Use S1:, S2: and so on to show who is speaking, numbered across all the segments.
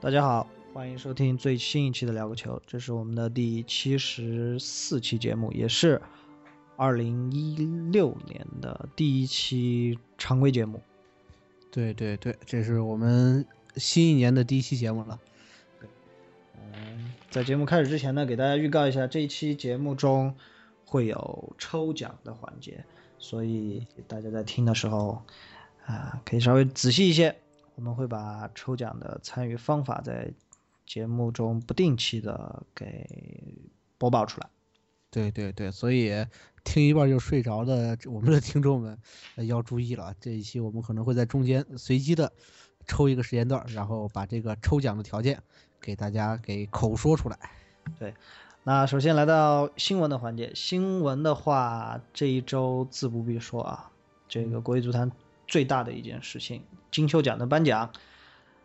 S1: 大家好，欢迎收听最新一期的聊个球，这是我们的第七十四期节目，也是二零一六年的第一期常规节目。
S2: 对对对，这是我们新一年的第一期节目了。
S1: 嗯，在节目开始之前呢，给大家预告一下，这一期节目中会有抽奖的环节，所以大家在听的时候啊、可以稍微仔细一些。我们会把抽奖的参与方法在节目中不定期的给播报出来。
S2: 对对对，所以听一半就睡着的 这我们的听众们、呃要注意了，这一期我们可能会在中间随机的抽一个时间段，然后把这个抽奖的条件给大家给口说出来。
S1: 那首先来到新闻的环节，新闻的话，这一周自不必说啊，这个国际足坛最大的一件事情，金球奖的颁奖，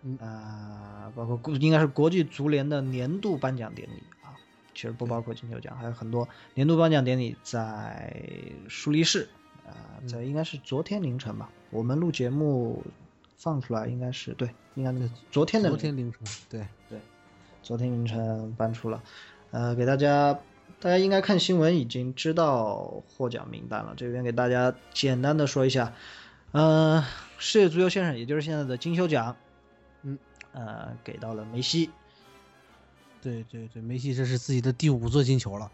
S2: 嗯
S1: 呃，包括估应该是国际足联的年度颁奖典礼啊，其实不包括金球奖，还有很多年度颁奖典礼在苏黎世，呃，在应该是昨天凌晨吧，我们录节目放出来应该是对，应该是昨天的
S2: 昨
S1: 凌晨
S2: 天凌晨，对，
S1: 昨天凌晨搬出了，呃，给大家，大家应该看新闻已经知道获奖名单了。这边给大家简单的说一下，呃，世界足球先生，也就是现在的金球奖，
S2: 嗯，
S1: 呃，给到了梅西，
S2: 对对对，梅西这是自己的第五座进球了。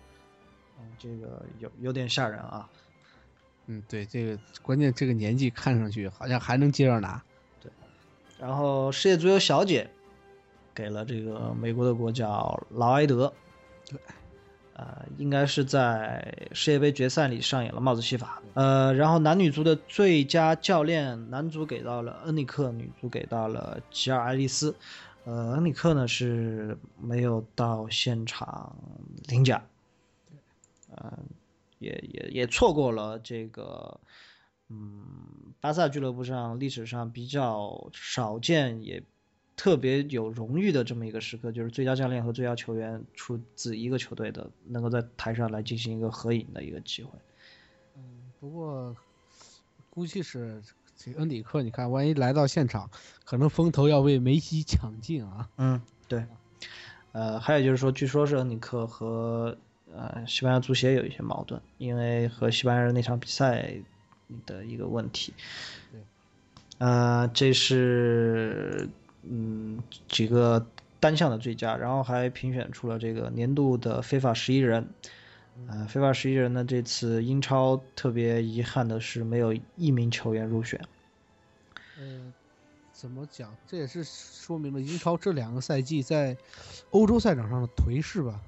S1: 嗯，这个有有点吓人啊。
S2: 嗯，对，这个关键这个年纪看上去好像还能接着拿。
S1: 然后世界足球小姐给了这个美国的国脚劳埃德，
S2: 对，
S1: 呃，应该是在世界杯决赛里上演了帽子戏法。呃，然后男女足的最佳教练，男足给到了恩里克，女足给到了吉尔埃利斯。呃，恩里克呢是没有到现场领奖，呃，也也也错过了这个嗯，巴萨俱乐部上历史上比较少见也特别有荣誉的这么一个时刻，就是最佳教练和最佳球员出自一个球队的，能够在台上来进行一个合影的一个机会。
S2: 不过估计是这个恩里克，你看，万一来到现场，可能风头要为梅西抢尽啊。
S1: 嗯，对。呃，还有就是说，据说是恩里克和呃西班牙足协有一些矛盾，因为和西班牙人那场比赛的一个问题。
S2: 对。
S1: 呃，这是嗯几个单项的最佳，然后还评选出了这个年度的非法十一人。呃，非法十一人呢，这次英超特别遗憾的是没有一名球员入选。
S2: 呃，怎么讲？这也是说明了英超这两个赛季在欧洲赛场上的颓势吧。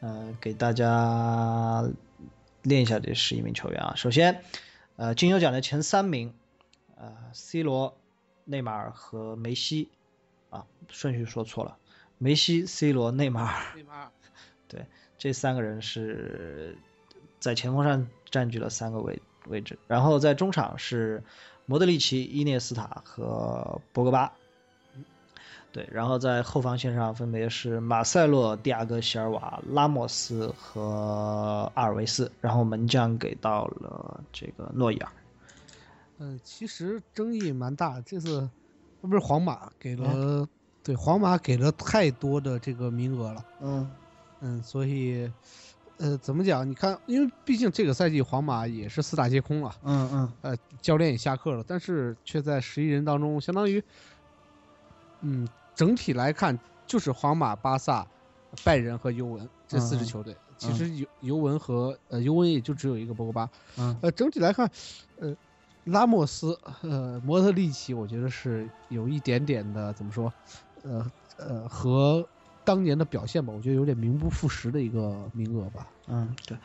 S1: 呃，给大家练一下这十一名球员啊。首先，呃，金球奖的前三名，呃，C 罗、内马尔和梅西，啊，顺序说错了，梅西、C 罗、内马尔
S2: 内马尔，
S1: 这三个人是在前锋上占据了三个位位置，然后在中场是莫德里奇、伊涅斯塔和博格巴。嗯对，然后在后防线上分别是马塞洛、蒂亚戈·席尔瓦、拉莫斯和阿尔维斯，然后门将给到了这个诺伊尔。
S2: 嗯，其实争议蛮大。这次不是皇马给了、对皇马给了太多的这个名额了。
S1: 嗯，
S2: 嗯，所以呃，怎么讲？你看，因为毕竟这个赛季皇马也是四大皆空了。
S1: 嗯嗯，
S2: 呃，教练也下课了，但是却在十一人当中，相当于，嗯，整体来看就是皇马、巴萨、拜仁和尤文这四支
S1: 嗯
S2: 球队。其实尤尤文和呃尤文也就只有一个博格巴。
S1: 嗯
S2: 呃，整体来看，呃，拉莫斯、呃摩特利奇，我觉得是有一点点的怎么说，呃呃和当年的表现吧，我觉得有点名不副实的一个名额吧。
S1: 嗯，对，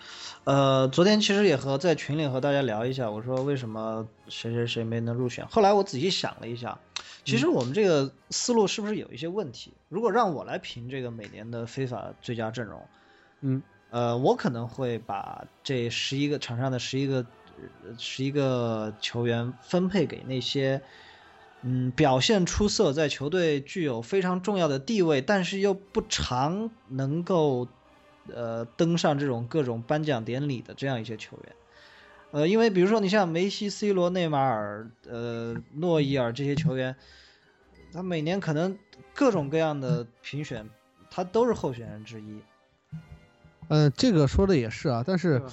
S1: 呃，昨天其实也和在群里和大家聊一下，我说为什么谁谁谁没能入选。后来我仔细想了一下，其实我们这个思路是不是有一些问题？如果让我来评这个每年的非法最佳阵容，
S2: 嗯，
S1: 呃，我可能会把这十一个场上的十一个呃十一个球员分配给那些。嗯，表现出色，在球队具有非常重要的地位，但是又不常能够呃登上这种各种颁奖典礼的这样一些球员。呃，因为比如说你像梅西、C 罗、内马尔、呃诺伊尔这些球员，他每年可能各种各样的评选，他都是候选人之一。
S2: 嗯、这个说的也是啊，但
S1: 对
S2: 是
S1: 吧，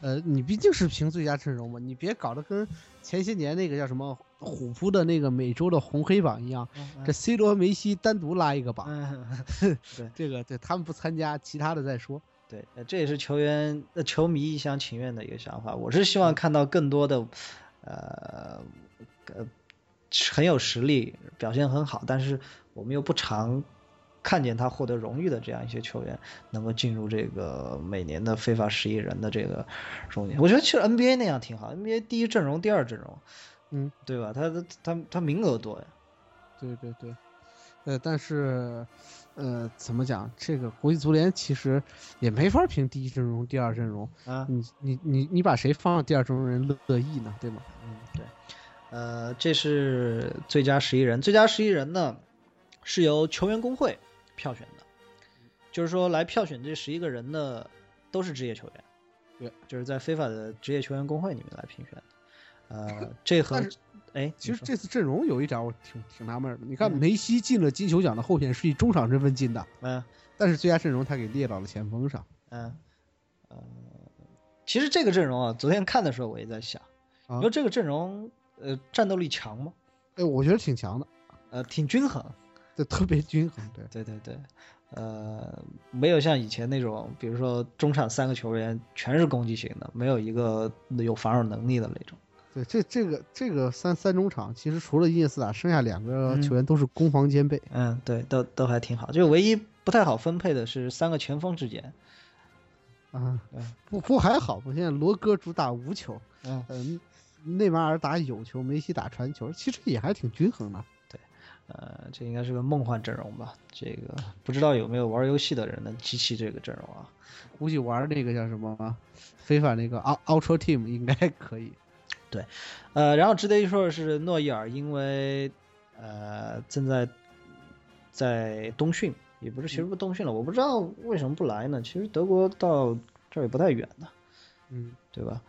S2: 呃，你毕竟是评最佳阵容嘛，你别搞得跟前些年那个叫什么虎扑的那个每周的红黑榜一样，
S1: 嗯
S2: 这 C 罗、梅西单独拉一个榜，
S1: 嗯，对
S2: 这个对他们不参加，其他的再说。
S1: 对，呃这也是球员、呃、球迷一厢情愿的一个想法。我是希望看到更多的，呃，呃，很有实力、表现很好，但是我们又不常看见他获得荣誉的这样一些球员，能够进入这个每年的非法十一人的这个荣誉。我觉得其实 NBA 那样挺好，NBA 第一阵容、第二阵容，
S2: 嗯，
S1: 对吧？他他他名额多呀，
S2: 对对对，呃，但是，呃，怎么讲？这个国际足联其实也没法评第一阵容、第二阵容，
S1: 啊，
S2: 你你你你把谁放到第二阵容人乐乐意呢？对吗？
S1: 嗯，对，呃，这是最佳十一人，最佳十一人呢是由球员工会票选的，就是说来票选这十一个人的都是职业球员，
S2: 对，
S1: 就是在非法的职业球员工会里面来评选的，呃，这和
S2: 但是
S1: 哎，
S2: 其
S1: 你
S2: 实
S1: 说
S2: 这次阵容有一点我挺挺纳闷儿的，你看
S1: 嗯
S2: 梅西进了金球奖的候选是以中场身份进的，
S1: 嗯
S2: 但是最佳阵容他给列到了前锋上
S1: 嗯呃，其实这个阵容啊，昨天看的时候我也在想，
S2: 啊
S1: 你说，这个阵容呃战斗力强吗？
S2: 哎，我觉得挺强的，
S1: 呃，挺均衡，
S2: 这特别均衡，对，
S1: 对对对，呃，没有像以前那种，比如说中场三个球员全是攻击型的，没有一个有防守能力的那种。
S2: 对，这这个这个三三中场其实除了伊涅斯塔，剩下两个
S1: 嗯
S2: 球员都是攻防兼备，
S1: 嗯，对，都都还挺好。就唯一不太好分配的是三个前锋之间。
S2: 啊
S1: 嗯，
S2: 不不过还好，我现在罗哥主打无球，
S1: 嗯，
S2: 嗯，内马尔打有球，梅西打传球，其实也还挺均衡的。
S1: 呃，这应该是个梦幻阵容吧？这个不知道有没有玩游戏的人能集齐这个阵容啊？
S2: 估计玩那个叫什么非法那个 Ul- Ultra Team 应该可以。
S1: 呃，然后值得一说的是，诺伊尔因为呃正在在冬训，也不是其实不冬训了，我不知道为什么不来呢？其实德国到这儿也不太远呢，
S2: 嗯，
S1: 对吧？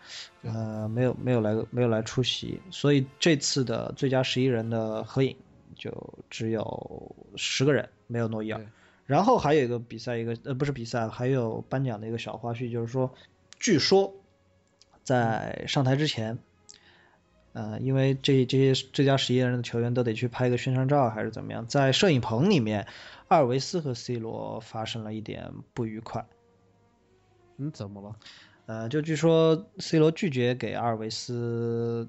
S2: 对
S1: 呃，没有没有来没有来出席，所以这次的最佳十一人的合影就只有十个人，没有诺伊尔
S2: 对。
S1: 然后还有一个比赛，一个呃不是比赛，还有颁奖的一个小花絮，就是说，据说在上台之前，呃，因为这这些最佳十一人的球员都得去拍个宣传照还是怎么样，在摄影棚里面，阿尔维斯和 C 罗发生了一点不愉快。
S2: 嗯，怎么了？
S1: 呃，就据说 C 罗拒绝给阿尔维斯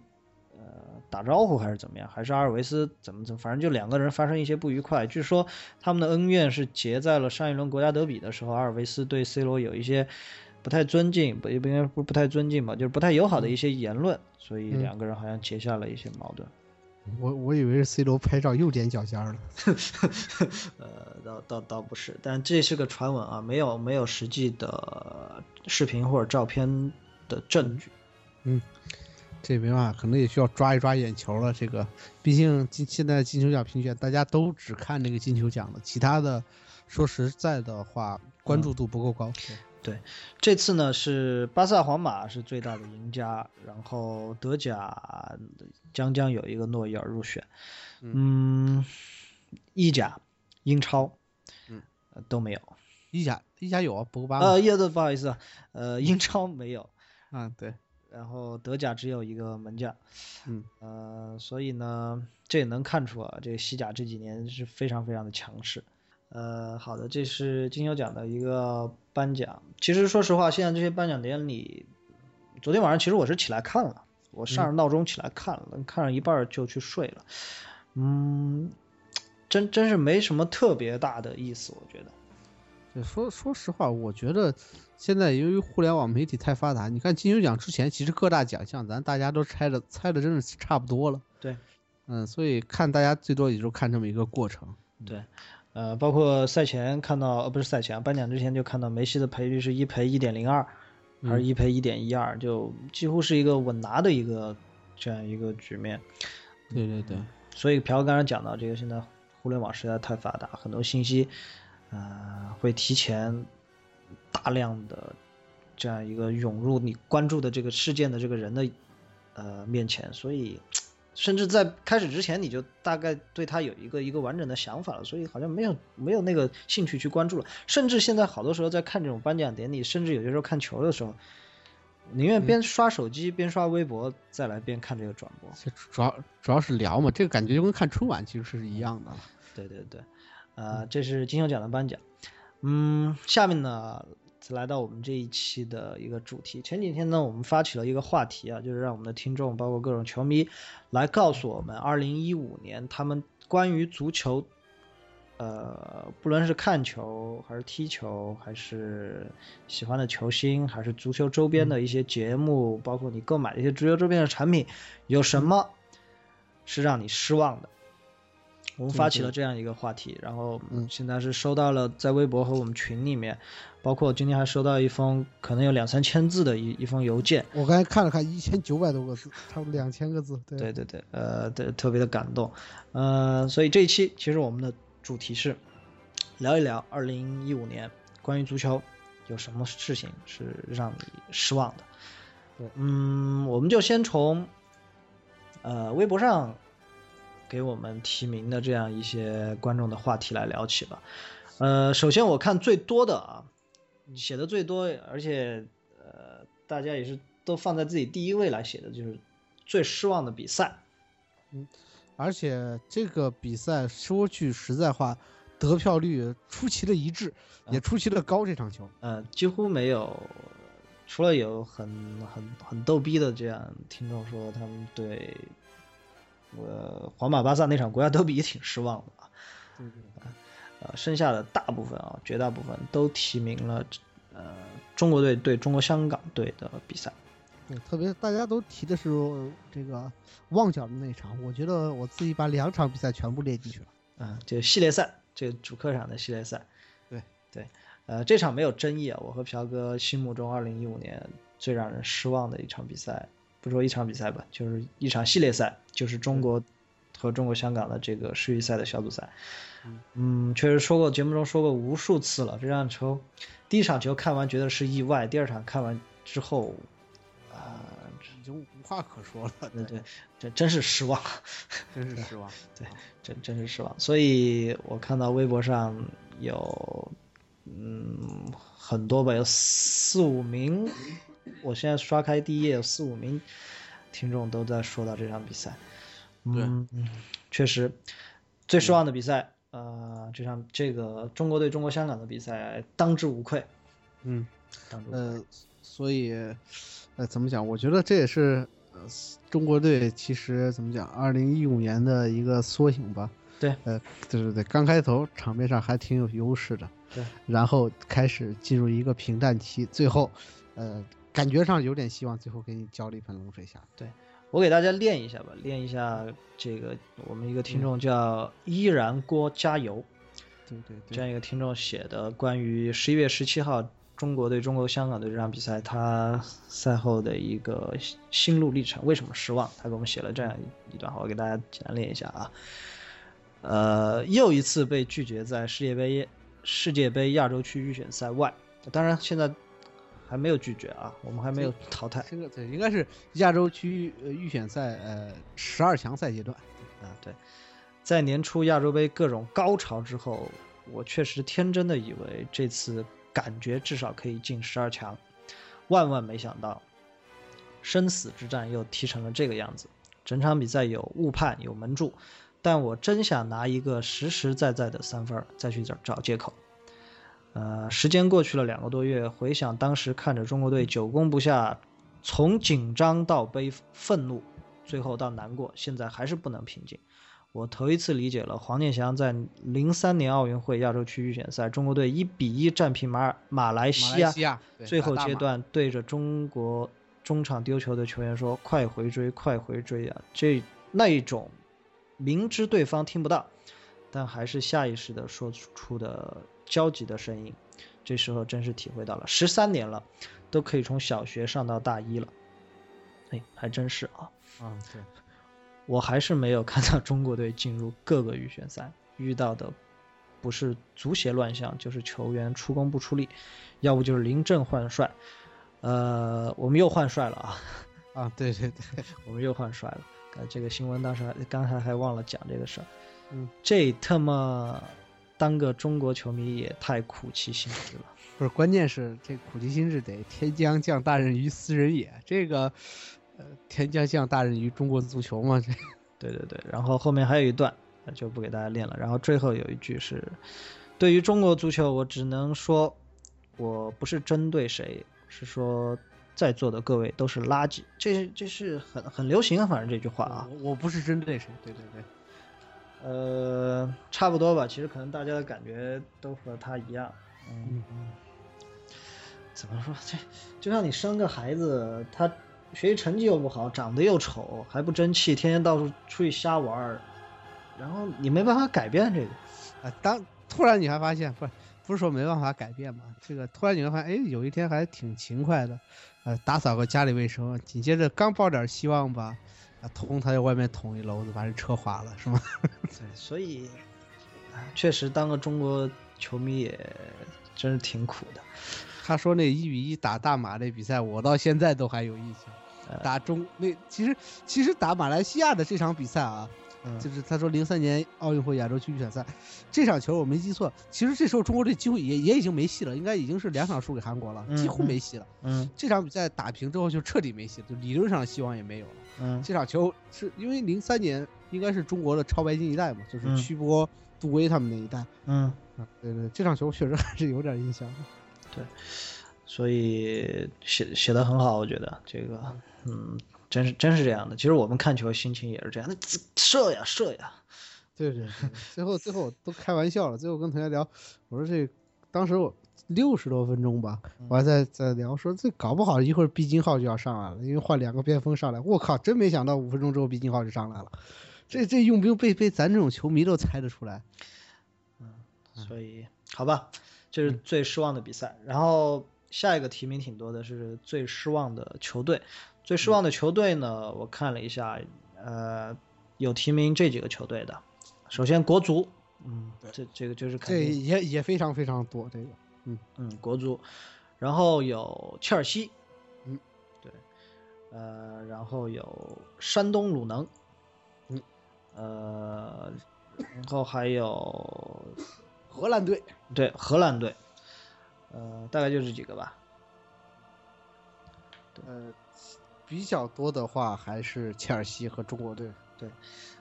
S1: 呃打招呼，还是怎么样，还是阿尔维斯怎么怎么，反正就两个人发生一些不愉快。据说他们的恩怨是结在了上一轮国家德比的时候，阿尔维斯对 C 罗有一些不太尊敬，不也不应该不不太尊敬吧，就是不太友好的一些言论，所以
S2: 嗯
S1: 两个人好像结下了一些矛盾。
S2: 我我以为是 C 罗拍照又点脚尖儿了。
S1: 呃，倒倒倒不是，但这是个传闻啊，没有没有实际的视频或者照片的证据。
S2: 这没办法，可能也需要抓一抓眼球了。这个，毕竟今现在金球奖评选，大家都只看那个金球奖了，其他的，说实在的话，关
S1: 嗯
S2: 注度不够高。对
S1: 这次呢是巴萨、皇马是最大的赢家，然后德甲将将有一个诺伊尔入选，嗯，意甲、英超，
S2: 嗯
S1: 呃、都没有，
S2: 意甲意甲有啊，博格巴嘛
S1: 呃，叶子不好意思啊，呃，英超没有，
S2: 啊，对，
S1: 然后德甲只有一个门将，
S2: 嗯，
S1: 呃，所以呢，这也能看出啊，这个西甲这几年是非常非常的强势。呃，好的，这是金球奖的一个颁奖。其实说实话，现在这些颁奖典礼，昨天晚上其实我是起来看了，我上着闹钟起来看了，看了一半儿就去睡了。嗯，真真是没什么特别大的意思，我觉得。
S2: 对，说说实话，我觉得现在由于互联网媒体太发达，你看金球奖之前，其实各大奖项咱大家都猜的猜的真是差不多了。
S1: 对，
S2: 嗯，所以看大家最多也就看这么一个过程。
S1: 对，呃，包括赛前看到，呃，不是赛前颁奖之前就看到梅西的赔率是一赔一点零二，还是一赔一点一二，就几乎是一个稳拿的一个这样一个局面。嗯
S2: 对对对，
S1: 所以朴刚才讲到，这个现在互联网实在太发达，很多信息，呃，会提前大量的这样一个涌入你关注的这个事件的这个人的呃面前，所以甚至在开始之前你就大概对他有一个一个完整的想法了，所以好像没有没有那个兴趣去关注了。甚至现在好多时候在看这种颁奖典礼，甚至有些时候看球的时候，宁愿边刷手机边刷微博，再来边看这个转播。
S2: 这主要主要是聊嘛，这个感觉就跟看春晚其实是一样的了。
S1: 对对对，呃，这是金球奖的颁奖。嗯，下面呢，来到我们这一期的一个主题。前几天呢，我们发起了一个话题啊，就是让我们的听众，包括各种球迷，来告诉我们，二零一五年他们关于足球，呃，不论是看球还是踢球，还是喜欢的球星，还是足球周边的一些节目，包括你购买的一些足球周边的产品，有什么是让你失望的？我们发起了这样一个话题，然后
S2: 嗯
S1: 现在是收到了在微博和我们群里面，包括今天还收到一封可能有两三千字的一一封邮件，
S2: 我刚才看了看，一千九百多个字，差不多两千个字。对
S1: 对对对，呃，对，特别的感动，呃，所以这一期其实我们的主题是聊一聊二零一五年关于足球有什么事情是让你失望的。
S2: 对
S1: 嗯，我们就先从呃微博上给我们提名的这样一些观众的话题来聊起吧。呃，首先我看最多的啊，写的最多，而且呃，大家也是都放在自己第一位来写的，就是最失望的比赛。
S2: 而且这个比赛说句实在话，得票率出奇的一致，也出奇的高。这场球，
S1: 呃，几乎没有，除了有很很很逗逼的这样听众说他们对，呃，皇马巴萨那场国家德比也挺失望的啊。呃，剩下的大部分啊，绝大部分都提名了呃中国队对中国香港队的比赛。
S2: 对，特别大家都提的是这个旺角的那场，我觉得我自己把两场比赛全部列进去了。
S1: 啊，这系列赛，这主客场的系列赛，
S2: 对
S1: 对，呃，这场没有争议啊。我和朴哥心目中二零一五年最让人失望的一场比赛，不说一场比赛吧，就是一场系列赛，就是中国和中国香港的这个世预赛的小组赛。嗯，确实说过，节目中说过无数次了，这场球，第一场球看完觉得是意外，第二场看完之后，啊、
S2: 已经无话可说了，
S1: 对对，这真是失望。
S2: 真是失望。
S1: 真真是失望。所以我看到微博上有，嗯，很多吧，有四五名，我现在刷开第一页有四五名听众都在说到这场比赛。嗯，嗯确实，最失望的比赛，呃，这场这个中国对中国香港的比赛，当之无愧，
S2: 嗯，
S1: 当之无愧。
S2: 呃，所以，呃，怎么讲？我觉得这也是呃中国队其实怎么讲，二零一五年的一个缩影吧。
S1: 对，
S2: 呃，对对对，刚开头场面上还挺有优势的，
S1: 对，
S2: 然后开始进入一个平淡期，最后，呃，感觉上有点希望，最后给你浇了一盆冷水下。
S1: 我给大家练一下吧，练一下这个我们一个听众叫依然郭加油。
S2: 对对
S1: 这样一个听众写的关于十一月十七号中国对中国香港队这场比赛，他赛后的一个心心路历程，为什么失望？他给我们写了这样一段话，我给大家简单念一下啊。呃，又一次被拒绝在世界杯世界杯亚洲区预选赛外，当然现在还没有拒绝啊，我们还没有淘汰
S2: 这个对，应该是亚洲区呃预选赛呃十二强赛阶段。
S1: 啊。对，在年初亚洲杯各种高潮之后，我确实天真的以为这次感觉至少可以进十二强，万万没想到，生死之战又踢成了这个样子。整场比赛有误判，有门柱，但我真想拿一个实实在在的三分儿再去找找借口。呃，时间过去了两个多月，回想当时看着中国队久攻不下，从紧张到悲愤怒，最后到难过，现在还是不能平静。我头一次理解了黄健翔在零三年奥运会亚洲区预选赛，中国队一比一战平马尔马来
S2: 马
S1: 西
S2: 来
S1: 亚
S2: 西亚对
S1: 最
S2: 打
S1: 后
S2: 大
S1: 阶
S2: 马
S1: 段对着中国中场丢球的球员说：“快回追，快回追啊！”这那一种明知对方听不到，但还是下意识的说出的焦急的声音。这时候真是体会到了，十三年了，都可以从小学上到大一了。哎，还真是啊。
S2: 啊对。
S1: 我还是没有看到中国队进入各个预选赛，遇到的不是足协乱象，就是球员出工不出力，要不就是临阵换帅。呃，我们又换帅了啊，
S2: 啊，对对对，
S1: 我们又换帅了。呃，这个新闻当时还刚才还忘了讲这个事儿。
S2: 嗯，
S1: 这他妈当个中国球迷也太苦其心志了。
S2: 不是，关键是这苦其心志得天将降大任于斯人也。这个，呃，天将降大任于中国足球嘛，这
S1: 对对对，然后后面还有一段呃就不给大家念了。然后最后有一句是，对于中国足球，我只能说，我不是针对谁，是说在座的各位都是垃圾。这是这是很很流行啊，反正这句话啊，
S2: 我我不是针对谁，对对对，
S1: 呃，差不多吧。其实可能大家的感觉都和他一样。嗯，怎么说？这就像你生个孩子，他学习成绩又不好，长得又丑，还不争气，天天到处出去瞎玩儿，然后你没办法改变这个。
S2: 啊，当突然你还发现，不是不是说没办法改变嘛，这个突然你会发现，哎，有一天还挺勤快的，呃，打扫个家里卫生，紧接着刚抱点希望吧，啊，捅他在外面捅一篓子，把人车划了，是吗？
S1: 对，所以，哎确实当个中国球迷也真是挺苦的。
S2: 他说那一比一打大马那比赛，我到现在都还有印
S1: 哎
S2: 象。打中那其实其实打马来西亚的这场比赛啊，
S1: 嗯
S2: 就是他说零三年奥运会亚洲区预选赛，这场球我没记错，其实这时候中国队几乎也也已经没戏了，应该已经是两场输给韩国了，
S1: 嗯
S2: 几乎没戏了。
S1: 嗯
S2: 这场比赛打平之后就彻底没戏了，就理论上希望也没有了。
S1: 嗯
S2: 这场球是因为零三年应该是中国的超白金一代嘛，就
S1: 嗯
S2: 是曲波、杜威他们那一代
S1: 嗯，
S2: 啊。对对，这场球确实还是有点印象的。
S1: 所以写写的很好，我觉得这个，嗯，真是真是这样的。其实我们看球心情也是这样的，射呀射呀，
S2: 对对 对，最后最后我都开玩笑了，最后跟同学聊，我说这当时我六十多分钟吧，我还在在聊，说这搞不好一会儿毕金浩就要上来了，因为换两个边锋上来，我靠，真没想到五分钟之后毕金浩就上来了，这这用兵被被咱这种球迷都猜得出来，
S1: 所以好吧，这是最失望的比赛。然后下一个提名挺多的是最失望的球队，最失望的球队呢，我看了一下，呃，有提名这几个球队的。首先国足，嗯，这这个就是肯
S2: 这
S1: 定，
S2: 也也非常非常多这个。
S1: 嗯，国足。然后有切尔西，
S2: 嗯，
S1: 对，呃，然后有山东鲁能，
S2: 嗯，
S1: 呃，然后还有
S2: 荷兰队，
S1: 对，荷兰队，呃，大概就这几个吧。
S2: 呃，比较多的话还是切尔西和中国队。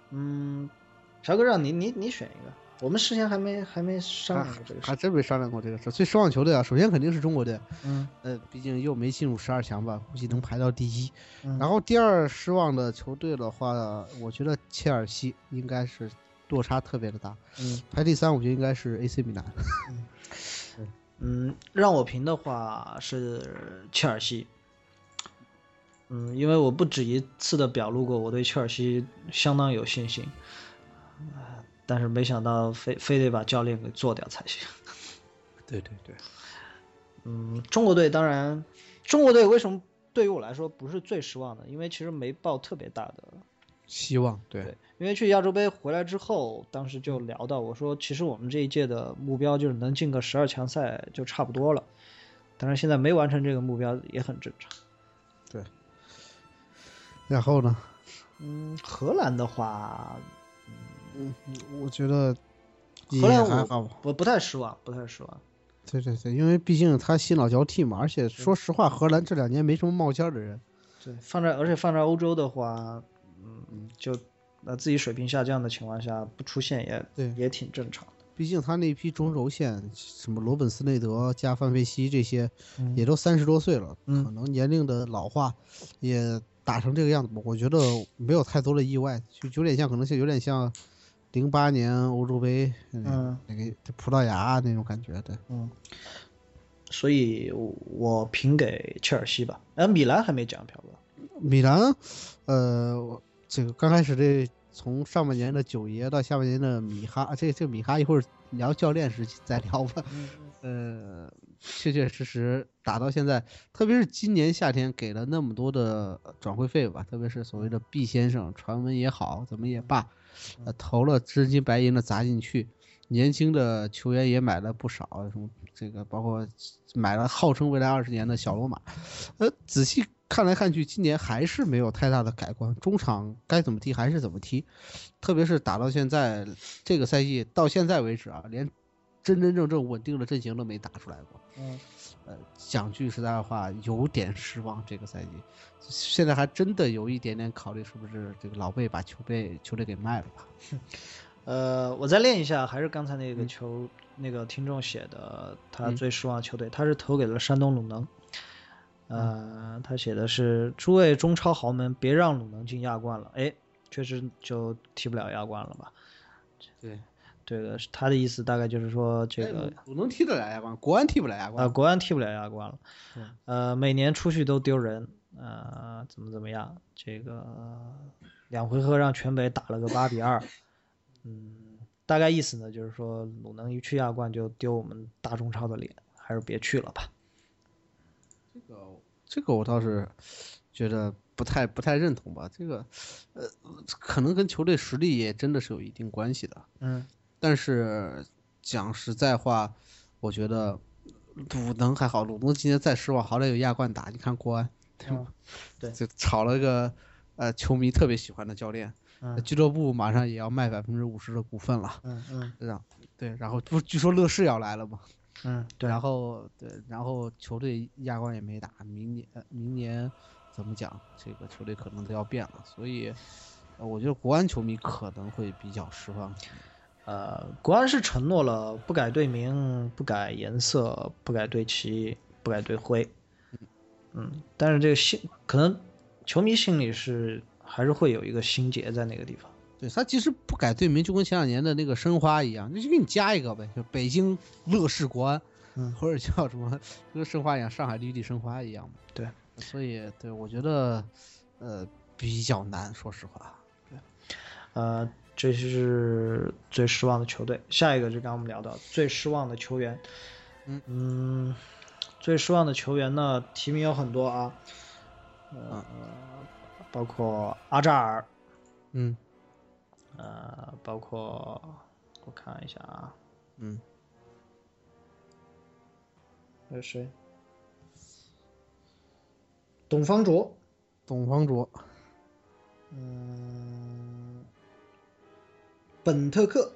S1: 嗯，乔哥让你你你选一个，我们事先还没还没商
S2: 还
S1: 量过这个事
S2: 还。真没商量过这个事儿。最失望球队啊，首先肯定是中国队，
S1: 嗯
S2: 呃，毕竟又没进入十二强吧，估计能排到第一。
S1: 嗯
S2: 然后第二失望的球队的话，我觉得切尔西应该是落差特别的大，
S1: 嗯
S2: 排第三，我觉得应该是 AC 米兰。
S1: 嗯，让我评的话是切尔西。嗯，因为我不止一次的表露过我对切尔西相当有信心，呃但是没想到非非得把教练给做掉才行。
S2: 对对对，
S1: 嗯，中国队当然，中国队为什么对于我来说不是最失望的？因为其实没抱特别大的
S2: 希望对
S1: 对，因为去亚洲杯回来之后，当时就聊到，我说其实我们这一届的目标就是能进个十二强赛就差不多了。当然，现在没完成这个目标也很正常。
S2: 然后呢，
S1: 嗯，荷兰的话，嗯
S2: 嗯我觉得也
S1: 荷兰
S2: 还好
S1: 我
S2: 吧。
S1: 我不太失望，不太失望。
S2: 对对对，因为毕竟他新老交替嘛，而且说实话，荷兰这两年没什么冒尖儿的人。
S1: 对，放在而且放在欧洲的话，嗯，就那自己水平下降的情况下不出现也
S2: 对
S1: 也挺正常的。
S2: 毕竟他那批中轴线，什么罗本斯内德加范佩西这些，
S1: 嗯
S2: 也都三十多岁了，
S1: 嗯
S2: 可能年龄的老化也打成这个样子吧。我觉得没有太多的意外，就有点像，可能就有点像零八年欧洲杯，
S1: 嗯，
S2: 那个葡萄牙那种感觉对，
S1: 所以我我评给切尔西吧。哎，米兰还没讲，票吧？
S2: 米兰，呃，我这个刚开始这从上半年的九爷到下半年的米哈，这这米哈一会儿聊教练时期再聊吧。呃，确确实实打到现在，特别是今年夏天给了那么多的呃转会费吧，特别是所谓的毕先生传闻也好，怎么也罢，呃，投了真金白银的砸进去，年轻的球员也买了不少，什么这个包括买了号称未来二十年的小罗马，呃，仔细看来看去，今年还是没有太大的改观，中场该怎么踢还是怎么踢，特别是打到现在这个赛季到现在为止啊，连真真正正稳定的阵型都没打出来过。
S1: 嗯，
S2: 呃，讲句实在话，有点失望。这个赛季，现在还真的有一点点考虑，是不是这个老贝把球队球队给卖了吧？
S1: 呃，我再练一下，还是刚才那个
S2: 嗯
S1: 球、那个听众写的，他
S2: 嗯
S1: 最失望的球队，他是投给了山东鲁能。
S2: 嗯
S1: 呃，他写的是诸位中超豪门，别让鲁能进亚冠了。哎，确实就踢不了亚冠了吧？
S2: 对，
S1: 这个是他的意思大概就是说，这
S2: 哎
S1: 个
S2: 鲁能踢得了亚冠，国安踢不了亚
S1: 呃，
S2: 冠。
S1: 国安踢不了亚冠了
S2: 对，
S1: 呃，每年出去都丢人，呃，怎么怎么样？这个两回合让全北打了个八比二，嗯，大概意思呢就是说鲁能一去亚冠就丢我们大中超的脸，还是别去了吧。
S2: 这个这个我倒是觉得不太不太认同吧。这个呃，可能跟球队实力也真的是有一定关系的。
S1: 嗯，
S2: 但是讲实在话，我觉得鲁能还好，鲁能今年再失望，好歹有亚冠打。你看国安，对吗？
S1: 嗯对
S2: 就炒了个呃球迷特别喜欢的教练，
S1: 嗯
S2: 俱乐部马上也要卖百分之五十的股份了，
S1: 嗯嗯
S2: 让对，然后不据说乐视要来了嘛，
S1: 嗯，对，
S2: 然后对，然后球队亚冠也没打，明年呃明年怎么讲，这个球队可能都要变了，所以。呃我觉得国安球迷可能会比较失望，
S1: 呃，国安是承诺了不改队名、不改颜色、不改队旗、不改队徽，嗯，但是这个心可能球迷心里是还是会有一个心结在那个地方。
S2: 对他其实不改队名，就跟前两年的那个申花一样，那就给你加一个呗，就北京乐视国安，
S1: 嗯
S2: 或者叫什么，就跟申花一样，上海绿地申花一样嘛。
S1: 对，
S2: 所以对我觉得，呃，比较难，说实话。
S1: 呃，这是最失望的球队。下一个就刚刚我们聊到最失望的球员，
S2: 嗯
S1: 嗯最失望的球员呢，提名有很多啊，呃
S2: 嗯，
S1: 包括阿扎尔，
S2: 嗯
S1: 呃，包括我看一下啊，
S2: 嗯，
S1: 还有谁？董方卓，
S2: 董方卓，
S1: 嗯，本特克，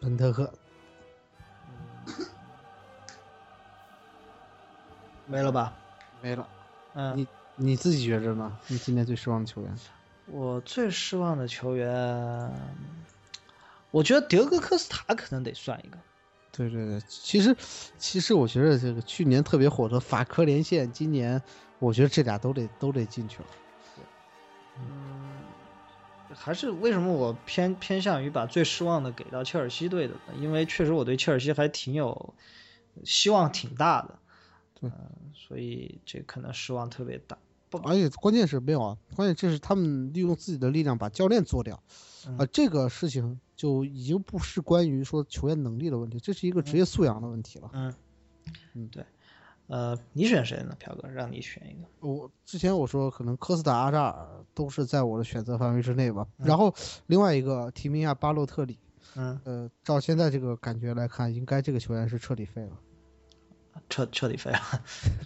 S2: 本特克，
S1: 没了吧？
S2: 没了。
S1: 嗯，
S2: 你自己觉着呢？你今年最失望的球员？
S1: 我最失望的球员，我觉得德格科斯塔可能得算一个。
S2: 对对对，其实其实我觉得这个去年特别火的法科连线，今年我觉得这俩都得都得进去了。
S1: 嗯，还是为什么我偏偏向于把最失望的给到切尔西队的呢？因为确实我对切尔西还挺有希望，挺大的。
S2: 对
S1: 嗯，所以这可能失望特别大。
S2: 而且关键是没有啊，关键这是他们利用自己的力量把教练做掉，啊、
S1: 嗯
S2: 这个事情就已经不是关于说球员能力的问题，这是一个职业素养的问题了。
S1: 嗯，
S2: 嗯
S1: 对。呃，你选谁呢，朴哥？让你选一个。
S2: 我之前我说可能科斯塔、阿扎尔都是在我的选择范围之内吧，然后另外一个提名一下巴洛特里，
S1: 嗯，
S2: 呃，照现在这个感觉来看，应该这个球员是彻底废了。
S1: 彻彻底废了。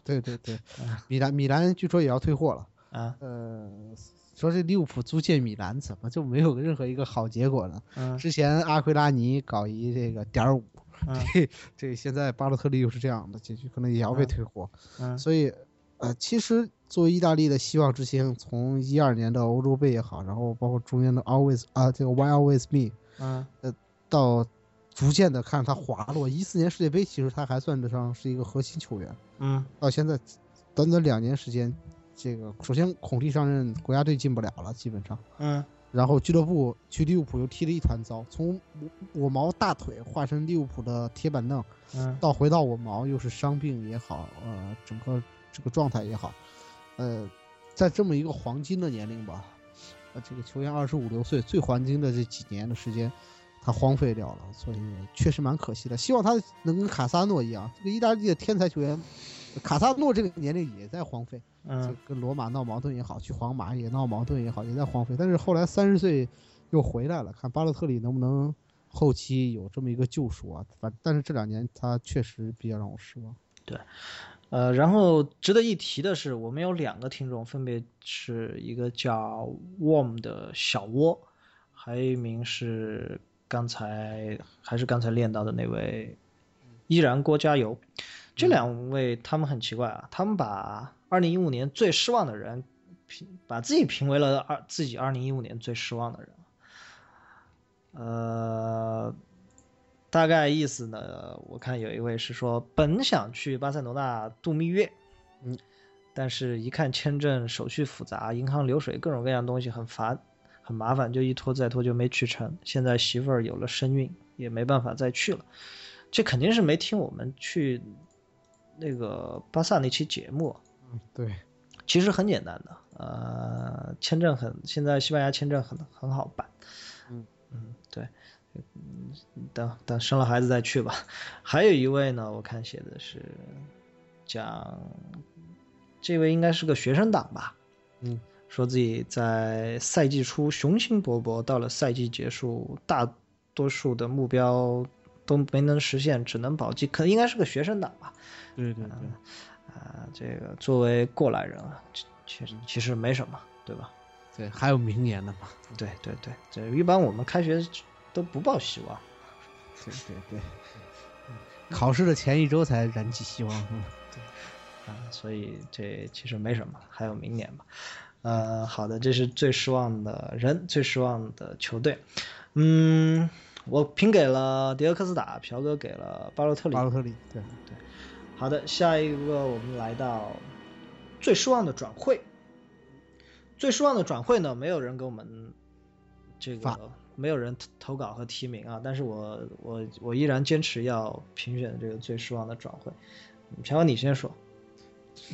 S2: 对对对，米兰米兰据说也要退货了，
S1: 嗯啊，
S2: 呃，说这利物浦租借米兰怎么就没有任何一个好结果呢？
S1: 嗯
S2: 之前阿奎拉尼搞一这个点儿五，
S1: 嗯
S2: 这这现在巴洛特利又是这样的结局，可能也要被
S1: 嗯
S2: 退货。
S1: 嗯
S2: 所以，呃，其实作为意大利的希望之星，从一二年的欧洲杯也好，然后包括中间的 Always 啊，这个 Why Always Me，
S1: 嗯
S2: 到逐渐的看他滑落。一四年世界杯，其实他还算得上是一个核心球员，
S1: 嗯
S2: 到现在短短两年时间，这个首先孔蒂上任，国家队进不了了，基本上。
S1: 嗯
S2: 然后俱乐部去利物浦又踢了一团糟，从我我毛大腿化身利物浦的铁板凳，
S1: 嗯
S2: 到回到我毛又是伤病也好，呃，整个这个状态也好，呃，在这么一个黄金的年龄吧，呃，这个球员二十五六岁最黄金的这几年的时间，他荒废掉了，所以确实蛮可惜的。希望他能跟卡萨诺一样，这个意大利的天才球员，卡萨诺这个年龄也在荒废。就
S1: 嗯
S2: 跟罗马闹矛盾也好，去皇马也闹矛盾也好，也在荒废。但是后来三十岁又回来了，看巴洛特里能不能后期有这么一个救赎啊。反但是这两年他确实比较让我失望。
S1: 呃，然后值得一提的是，我们有两个听众，分别是一个叫 Warm 的小窝，还有一名是刚才还是刚才练到的那位，依然郭加油。这两位他们很奇怪啊，他们把二零一五年最失望的人评，把自己评为了二自己二零一五年最失望的人。呃，大概意思呢，我看有一位是说本想去巴塞罗那度蜜月，
S2: 嗯，
S1: 但是一看签证手续复杂，银行流水各种各样东西很烦，很麻烦，就一拖再拖就没去成。现在媳妇儿有了身孕，也没办法再去了。这肯定是没听我们去那个巴萨那期节目，啊
S2: 嗯，对，
S1: 其实很简单的，呃，签证很，现在西班牙签证很很好办。
S2: 嗯
S1: 嗯，对，嗯，等等生了孩子再去吧。 还有一位呢，我看写的是讲，这位应该是个学生党吧，
S2: 嗯，
S1: 说自己在赛季初雄心勃勃，到了赛季结束，大多数的目标都没能实现，只能保级，可能应该是个学生党吧。
S2: 对对对，
S1: 啊，这个作为过来人啊，其其实其实没什么，对吧？
S2: 对，还有明年的嘛，
S1: 对对对，这一般我们开学都不抱希望。
S2: 对对对， 考试的前一周才燃起希望，嗯
S1: 啊，所以这其实没什么，还有明年吧。呃，好的，这是最失望的人，最失望的球队。嗯，我评给了迪俄克斯塔，朴哥给了巴洛特里
S2: 巴。洛特利，对，
S1: 好的，下一个我们来到最失望的转会。最失望的转会呢，没有人给我们这
S2: 发
S1: 个，没有人投投稿和提名啊，但是我我我依然坚持要评选这个最失望的转会。嗯乔王，你先说。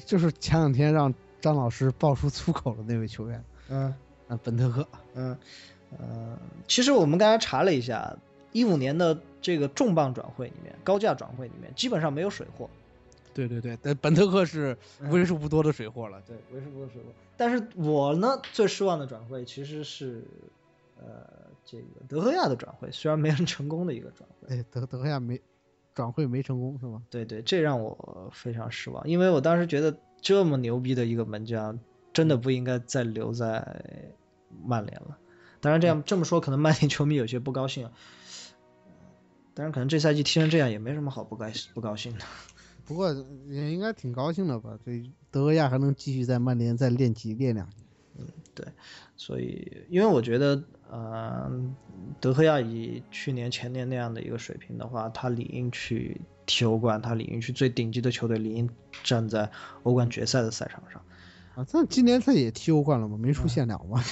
S2: 就是前两天让张老师爆出粗口的那位球员，
S1: 嗯。
S2: 啊，本特克，
S1: 嗯，呃，其实我们刚才查了一下，一五年的这个重磅转会里面，高价转会里面基本上没有水货，
S2: 对对对，但本特克是
S1: 嗯
S2: 为数不多的水货了，
S1: 对，为数不多水货。但是我呢，最失望的转会其实是，呃，这个德赫亚的转会，虽然没人成功的一个转会，
S2: 对，哎德德赫亚没转会没成功是吗？
S1: 对对，这让我非常失望，因为我当时觉得这么牛逼的一个门将，真的不应该再留在曼联了。当然，这样这么说，可能曼联球迷有些不高兴。啊当然，可能这赛季踢成这样也没什么好不高不高兴的。
S2: 不过也应该挺高兴的吧？这德赫亚还能继续在曼联再练级练两年，
S1: 所以，因为我觉得，呃，德赫亚以去年、前年那样的一个水平的话，他理应去踢欧冠，他理应去最顶级的球队，理应站在欧冠决赛的赛场上。
S2: 啊，但今年他也踢欧冠了嘛，没出现了嘛，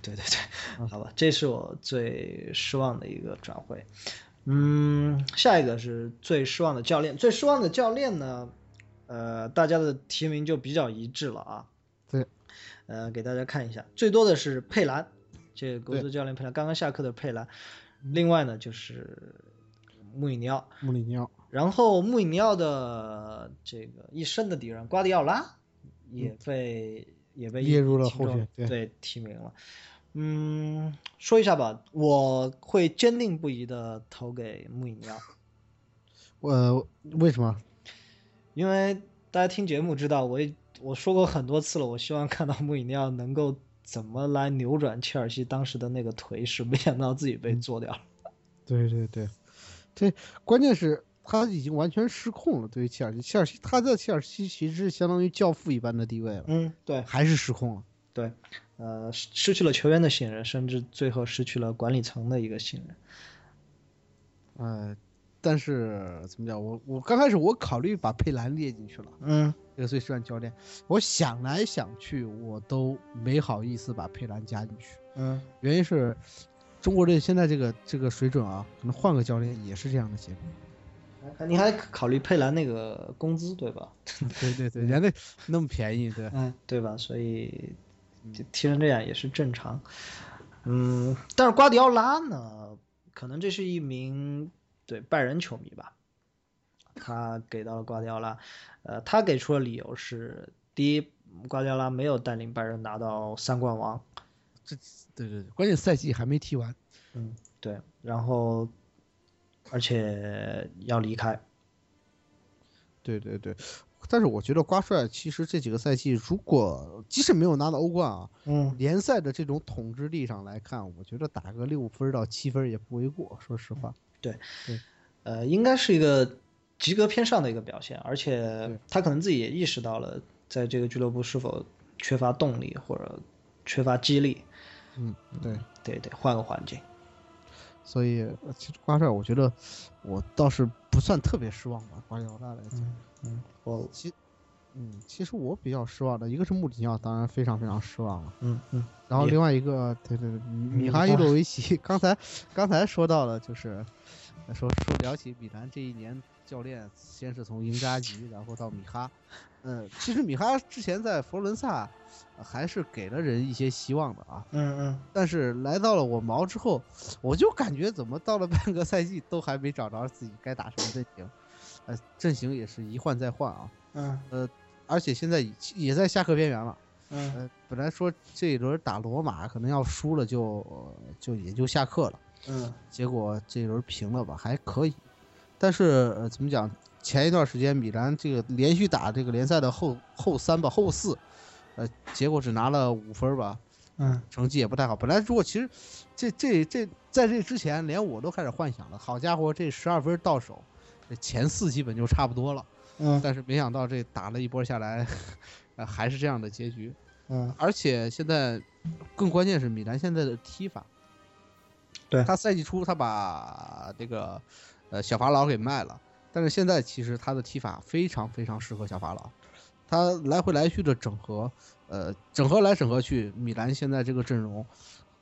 S1: 对对对，
S2: 嗯
S1: 好吧，这是我最失望的一个转会。嗯，下一个是最失望的教练，最失望的教练呢，呃，大家的提名就比较一致了啊。
S2: 对，
S1: 呃，给大家看一下，最多的是佩兰，这个国
S2: 对
S1: 足教练佩兰，刚刚下课的佩兰。另外呢，就是穆里尼奥，
S2: 穆里尼奥。
S1: 然后穆里尼奥的这个一生的敌人瓜迪奥拉也被、也被
S2: 列入了
S1: 听众
S2: 候选对
S1: 对提名了。嗯，说一下吧，我会坚定不移的投给穆里尼奥，
S2: 呃，为什么？
S1: 因为大家听节目知道，我也我说过很多次了，我希望看到穆里尼奥能够怎么来扭转切尔西当时的那个颓势，没想到自己被做掉了。
S2: 对对对，这关键是他已经完全失控了。对于切尔西，切尔西他在切尔西其实是相当于教父一般的地位了，
S1: 嗯，对，
S2: 还是失控了。
S1: 对，呃，失失去了球员的信任，甚至最后失去了管理层的一个信任。
S2: 呃，但是怎么讲？我我刚开始我考虑把佩兰列进去了，
S1: 嗯，
S2: 这个最失望教练，我想来想去，我都没好意思把佩兰加进去。
S1: 嗯
S2: 原因是中国队现在这个这个水准啊，可能换个教练也是这样的结果。，
S1: 你还考虑佩兰那个工资对吧？
S2: 对对对，人家那么便宜，对，
S1: 嗯，对吧？所以就踢成这样也是正常。嗯，但是瓜迪奥拉呢，可能这是一名对拜仁球迷吧，他给到了瓜迪奥拉，呃，他给出的理由是：第一，瓜迪奥拉没有带领拜仁拿到三冠王，
S2: 对对对，关键赛季还没踢完。
S1: 嗯，对，然后而且要离开，
S2: 对对对，但是我觉得瓜帅其实这几个赛季，如果即使没有拿到欧冠啊，
S1: 嗯，
S2: 联赛的这种统治力上来看，我觉得打个六分到七分也不为过。说实话，
S1: 呃，应该是一个及格偏上的一个表现，而且他可能自己也意识到了，在这个俱乐部是否缺乏动力或者缺乏激励，
S2: 嗯，对，
S1: 对对，换个环境。
S2: 所以呃其实瓜帅，我觉得我倒是不算特别失望吧，瓜迪奥拉来讲。
S1: 嗯，我
S2: 嗯，其实我比较失望的一个是穆里尼奥，当然非常非常失望了。
S1: 嗯嗯
S2: 然后
S1: 也
S2: 另外一个，对对对，米米
S1: 米
S2: 哈伊
S1: 哈
S2: 洛维奇， 刚才刚才说到了，就是呃说说聊起米兰这一年教练，先是从英扎吉，然后到米哈，嗯，其实米哈之前在佛罗伦萨、呃还是给了人一些希望的啊，
S1: 嗯嗯，
S2: 但是来到了我毛之后，我就感觉怎么到了半个赛季都还没找着自己该打什么阵型，呃，阵型也是一换再换啊，
S1: 嗯
S2: 而且现在已也在下课边缘了。
S1: 嗯
S2: 呃，本来说这一轮打罗马可能要输了就呃就也就下课了，
S1: 嗯
S2: 结果这一轮平了吧，还可以。但是、呃、怎么讲？前一段时间米兰这个连续打这个联赛的后后三吧，后四，呃，结果只拿了五分吧，
S1: 嗯
S2: 成绩也不太好。本来如果其实这这这在这之前，连我都开始幻想了，好家伙，这十二分到手，这前四基本就差不多了。
S1: 嗯
S2: 但是没想到这打了一波下来， 呃，还是这样的结局。
S1: 嗯，
S2: 而且现在更关键是米兰现在的踢法，
S1: 对
S2: 他赛季初他把这个呃小法老给卖了，但是现在其实他的踢法非常非常适合小法老，他来回来去的整合，呃，整合来整合去，米兰现在这个阵容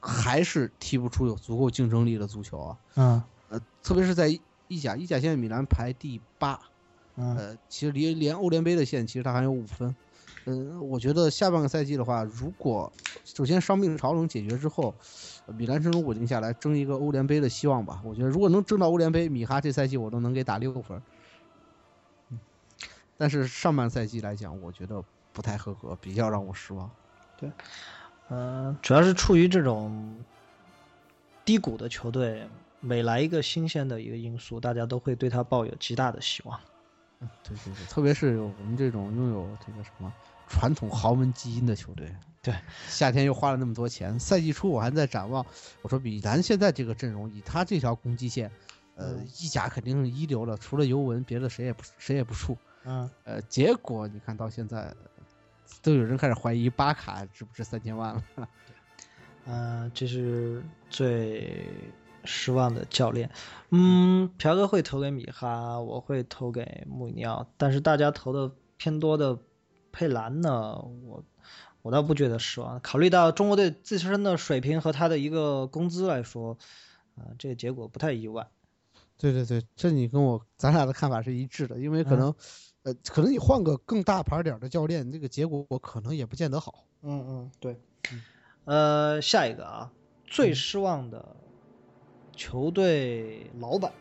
S2: 还是踢不出有足够竞争力的足球啊，
S1: 嗯
S2: 呃，特别是在意意甲，意甲现在米兰排第八，
S1: 嗯
S2: 呃，其实离连欧联杯的线，其实他还有五分。嗯，我觉得下半个赛季的话，如果首先伤病潮能解决之后，呃米兰阵容稳定下来，争一个欧联杯的希望吧。我觉得如果能争到欧联杯，米哈这赛季我都能给打六分。嗯但是上半赛季来讲，我觉得不太合格，比较让我失望。
S1: 嗯，主要是处于这种低谷的球队，每来一个新鲜的一个因素，大家都会对他抱有极大的希望。
S2: 嗯，对对对，特别是我们这种拥有这个什么传统豪门基因的球队，
S1: 对，
S2: 夏天又花了那么多钱，赛季初我还在展望，我说米兰现在这个阵容，以他这条攻击线，呃，
S1: 嗯
S2: 意甲肯定是一流了，除了尤文，别的谁也不谁也不怵。
S1: 嗯
S2: 呃，结果你看到现在，都有人开始怀疑巴卡值不值三千万了。
S1: 嗯，这是最失望的教练。嗯，朴哥会投给米哈，我会投给穆里尼奥，但是大家投的偏多的佩兰呢，我我倒不觉得失望。考虑到中国队自身的水平和他的一个工资来说，啊、这个结果不太意外。
S2: 对对对，这你跟我咱俩的看法是一致的，因为可
S1: 嗯
S2: 能，呃，可能你换个更大牌点儿的教练，这个结果我可能也不见得好。
S1: 嗯嗯，对。呃，下一个啊，最
S2: 嗯
S1: 失望的球队老板，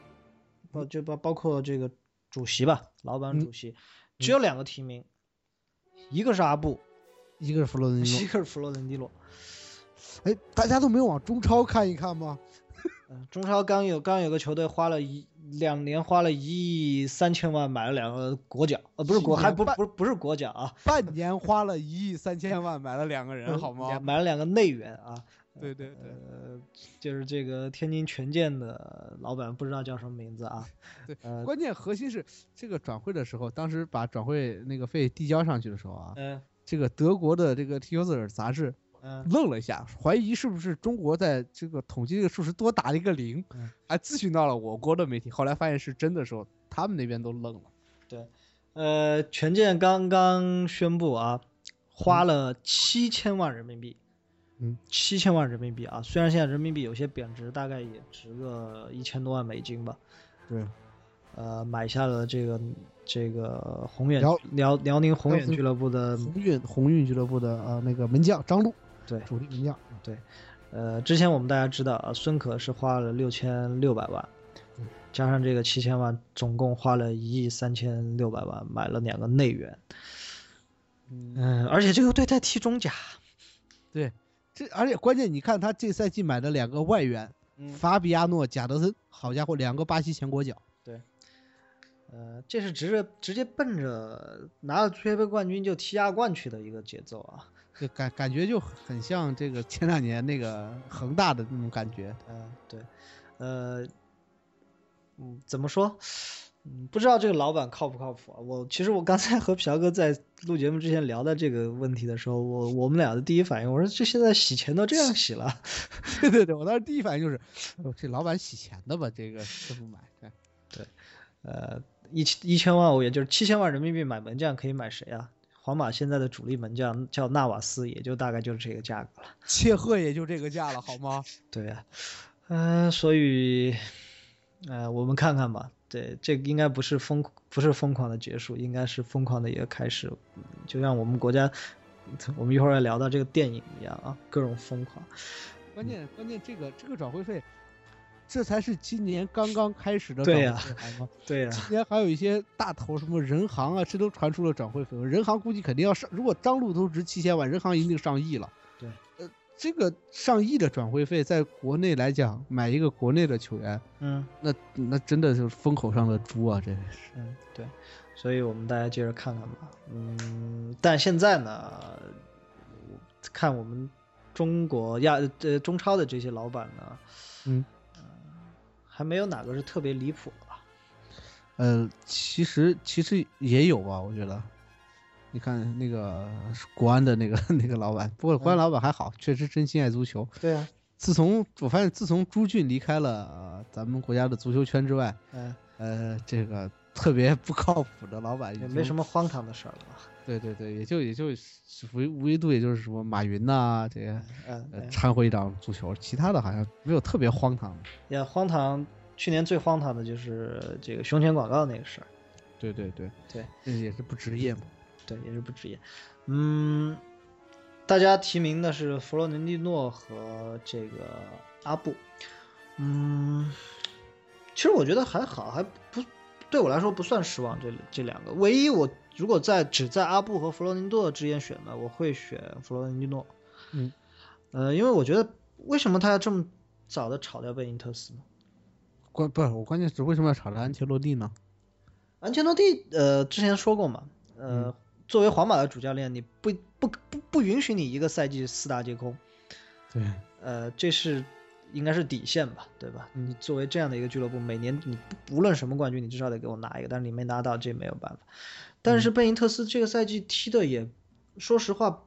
S1: 包就包包括这个主席吧，老板
S2: 嗯
S1: 主席，只有两个提名，一个是阿布，
S2: 一个是弗洛伦蒂诺
S1: 一，个是弗洛伦蒂诺。
S2: 哎，大家都没有往中超看一看吗？
S1: 嗯，中超刚有刚有个球队花了一两年花了一亿三千万买了两个国脚，呃，不是
S2: 去
S1: 国，还
S2: 年
S1: 不
S2: 办
S1: 不不是国脚啊，
S2: 半年花了一亿三千万买了嗯两个人，好吗
S1: 两？嗯买了两个内援啊，
S2: 对对对
S1: 呃，就是这个天津权健的老板不知道叫什么名字啊，
S2: 对
S1: 呃，
S2: 关键核心是这个转会的时候，当时把转会那个费递交上去的时候啊，
S1: 嗯
S2: 这个德国的这个《T 球子尔》杂志
S1: 嗯
S2: 愣了一下，怀疑是不是中国在这个统计这个数时多打了一个零
S1: 嗯，
S2: 还咨询到了我国的媒体。后来发现是真的时候，他们那边都愣了。
S1: 呃，权健刚刚宣布啊，花了七千万人民币，
S2: 嗯，
S1: 七千万人民币啊，虽然现在人民币有些贬值，大概也值个一千多万美金吧，
S2: 对，
S1: 呃，买下了这个这个宏远
S2: 辽
S1: 辽辽宁宏
S2: 辽
S1: 远
S2: 宁
S1: 俱乐部的
S2: 鸿运鸿运俱乐部的呃那个门将张璐，
S1: 对
S2: 主力门将，
S1: 呃，之前我们大家知道啊，孙可是花了六千六百万，
S2: 嗯
S1: 加上这个七千万，总共花了一亿三千六百万买了两个内援。
S2: 嗯
S1: 嗯，而且这个队在踢中甲，
S2: 对，这而且关键，你看他这赛季买的两个
S1: 嗯
S2: 外援，法比亚诺、贾德森，好家伙，两个巴西前国脚。
S1: 呃，这是直着直接奔着拿了足协杯冠军就踢亚冠去的一个节奏啊。
S2: 就感感觉就很像这个前两年那个恒大的那种感觉。
S1: 嗯、对，呃，嗯，怎么说？嗯，不知道这个老板靠不靠谱啊？我其实我刚才和朴哥在录节目之前聊到这个问题的时候，我我们俩的第一反应，我说这现在洗钱都这样洗了，
S2: 对对对，我当时第一反应就是，哦这老板洗钱的吧？这个这不买，对
S1: 呃，一千一千万欧元就是七千万人民币买门将可以买谁啊？皇马现在的主力门将叫纳瓦斯，也就大概就是这个价格了。
S2: 切赫也就这个价了，好吗？
S1: 对呀、嗯、所以，呃，我们看看吧。对，这个应该不是疯，不是疯狂的结束，应该是疯狂的一个开始。嗯就像我们国家，我们一会儿要聊到这个电影一样啊，各种疯狂。
S2: 关键关键这个这个转会费，这才是今年刚刚开始的转
S1: 对
S2: 会
S1: 呀
S2: 费，好吗？
S1: 对 啊呀、
S2: 今年还有一些大头，什么人行啊，这都传出了转会费用。人行估计肯定要上，如果张路都值七千万，人行一定上亿了。
S1: 对，
S2: 呃，这个上亿的转会费，在国内来讲，买一个国内的球员，
S1: 嗯
S2: 那那真的就是风口上的猪啊！这是
S1: 嗯，对，所以我们大家接着看看吧。嗯，但现在呢，我看我们中国亚呃中超的这些老板呢，
S2: 嗯
S1: 呃还没有哪个是特别离谱的吧？
S2: 呃，其实其实也有啊吧，我觉得。你看那个国安的那个 那个老板，不过国安
S1: 嗯
S2: 老板还好，确实真心爱足球。
S1: 对啊，
S2: 自从我发现，自从朱俊离开了、呃咱们国家的足球圈之外，
S1: 嗯、
S2: 呃，这个特别不靠谱的老板已
S1: 也
S2: 经
S1: 没什么荒唐的事儿了吧。
S2: 对对对，也就也就唯唯独也就是什么马云呐、这些
S1: 嗯、
S2: 呃
S1: 嗯
S2: 掺和一掌足球，其他的好像没有特别荒唐的。
S1: 也荒唐。去年最荒唐的就是这个胸前广告那个事儿，
S2: 对对对
S1: 对，
S2: 这也是不职业嘛。
S1: 对，也是不职业。嗯，大家提名的是弗洛伦蒂诺和这个阿布。嗯，其实我觉得还好，还不对我来说不算失望。这这两个，唯一我如果在只在阿布和弗洛伦蒂诺之间选呢，我会选弗洛伦蒂诺。
S2: 嗯，
S1: 呃，因为我觉得为什么他要这么早的炒掉贝尼特斯呢？
S2: 关不是我关键是为什么要炒了安切洛蒂呢？
S1: 嗯安切洛蒂，呃，之前说过嘛，呃，
S2: 嗯
S1: 作为皇马的主教练，你不不不不允许你一个赛季四大皆空，
S2: 对，
S1: 呃，这是应该是底线吧，对吧？
S2: 嗯
S1: 你作为这样的一个俱乐部，每年你不无论什么冠军，你至少得给我拿一个，但是你没拿到，这也没有办法。但
S2: 嗯
S1: 是贝尼特斯这个赛季踢的也，说实话，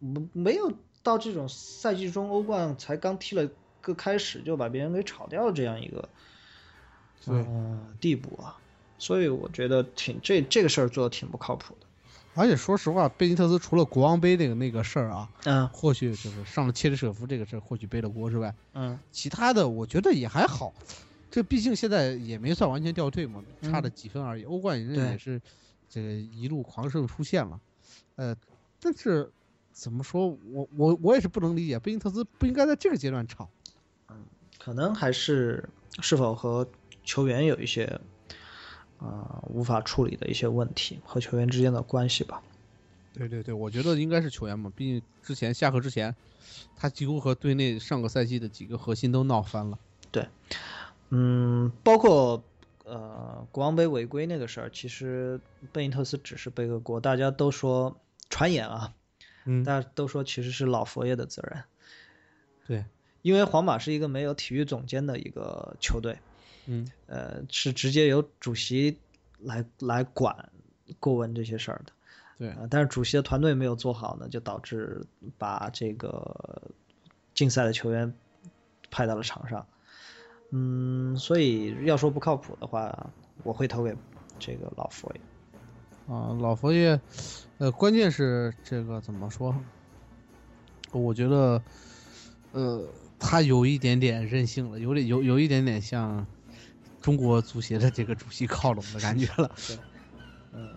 S1: 没没有到这种赛季中欧冠才刚踢了个开始就把别人给炒掉了这样一个，
S2: 对
S1: 呃地步啊。所以我觉得挺这这个事儿做的挺不靠谱的。
S2: 而且说实话，贝尼特斯除了国王杯那个那个事儿啊，
S1: 嗯
S2: 或许就是上了切里舍夫这个事儿，或许背了锅之外，
S1: 嗯
S2: 其他的我觉得也还好。这毕竟现在也没算完全掉队嘛，
S1: 嗯
S2: 差了几分而已。欧冠人家
S1: 对
S2: 也是这个一路狂胜出现了，呃，但是怎么说，我我我也是不能理解，贝尼特斯不应该在这个阶段炒。
S1: 可能还是是否和球员有一些啊、呃无法处理的一些问题和球员之间的关系吧。
S2: 对对对，我觉得应该是球员嘛，毕竟之前下课之前，他几乎和队内上个赛季的几个核心都闹翻了。
S1: 嗯，包括呃国王杯违规那个事儿，其实贝尼特斯只是背个锅，大家都说传言啊，
S2: 嗯
S1: 大家都说其实是老佛爷的责任，
S2: 对，
S1: 因为皇马是一个没有体育总监的一个球队，
S2: 嗯，
S1: 呃，是直接由主席来来管过问这些事儿的。
S2: 对，
S1: 啊，但是主席的团队没有做好呢，就导致把这个竞赛的球员派到了场上。嗯，所以要说不靠谱的话，我会投给这个老佛爷。
S2: 啊，老佛爷，呃，关键是这个怎么说？我觉得，呃，他有一点点任性了，有点有有一点点像中国足协的这个主席靠拢的感觉了。
S1: 嗯，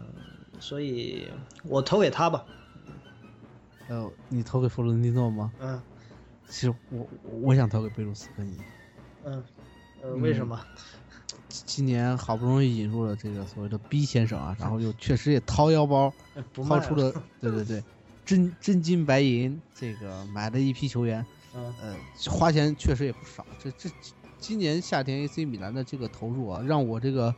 S1: 所以我投给他吧。
S2: 呃，你投给弗洛伦蒂诺吗？
S1: 嗯
S2: 其实我我想投给贝鲁斯科尼，
S1: 嗯，呃，为什
S2: 嗯
S1: 么？
S2: 今今年好不容易引入了这个所谓的 B 先生啊，然后又确实也掏腰包
S1: 呃不卖
S2: 掏出了，对对对，真真金白银这个买了一批球员。
S1: 嗯
S2: 呃，花钱确实也不少。这这今年夏天 AC 米兰的这个投入啊，让我这个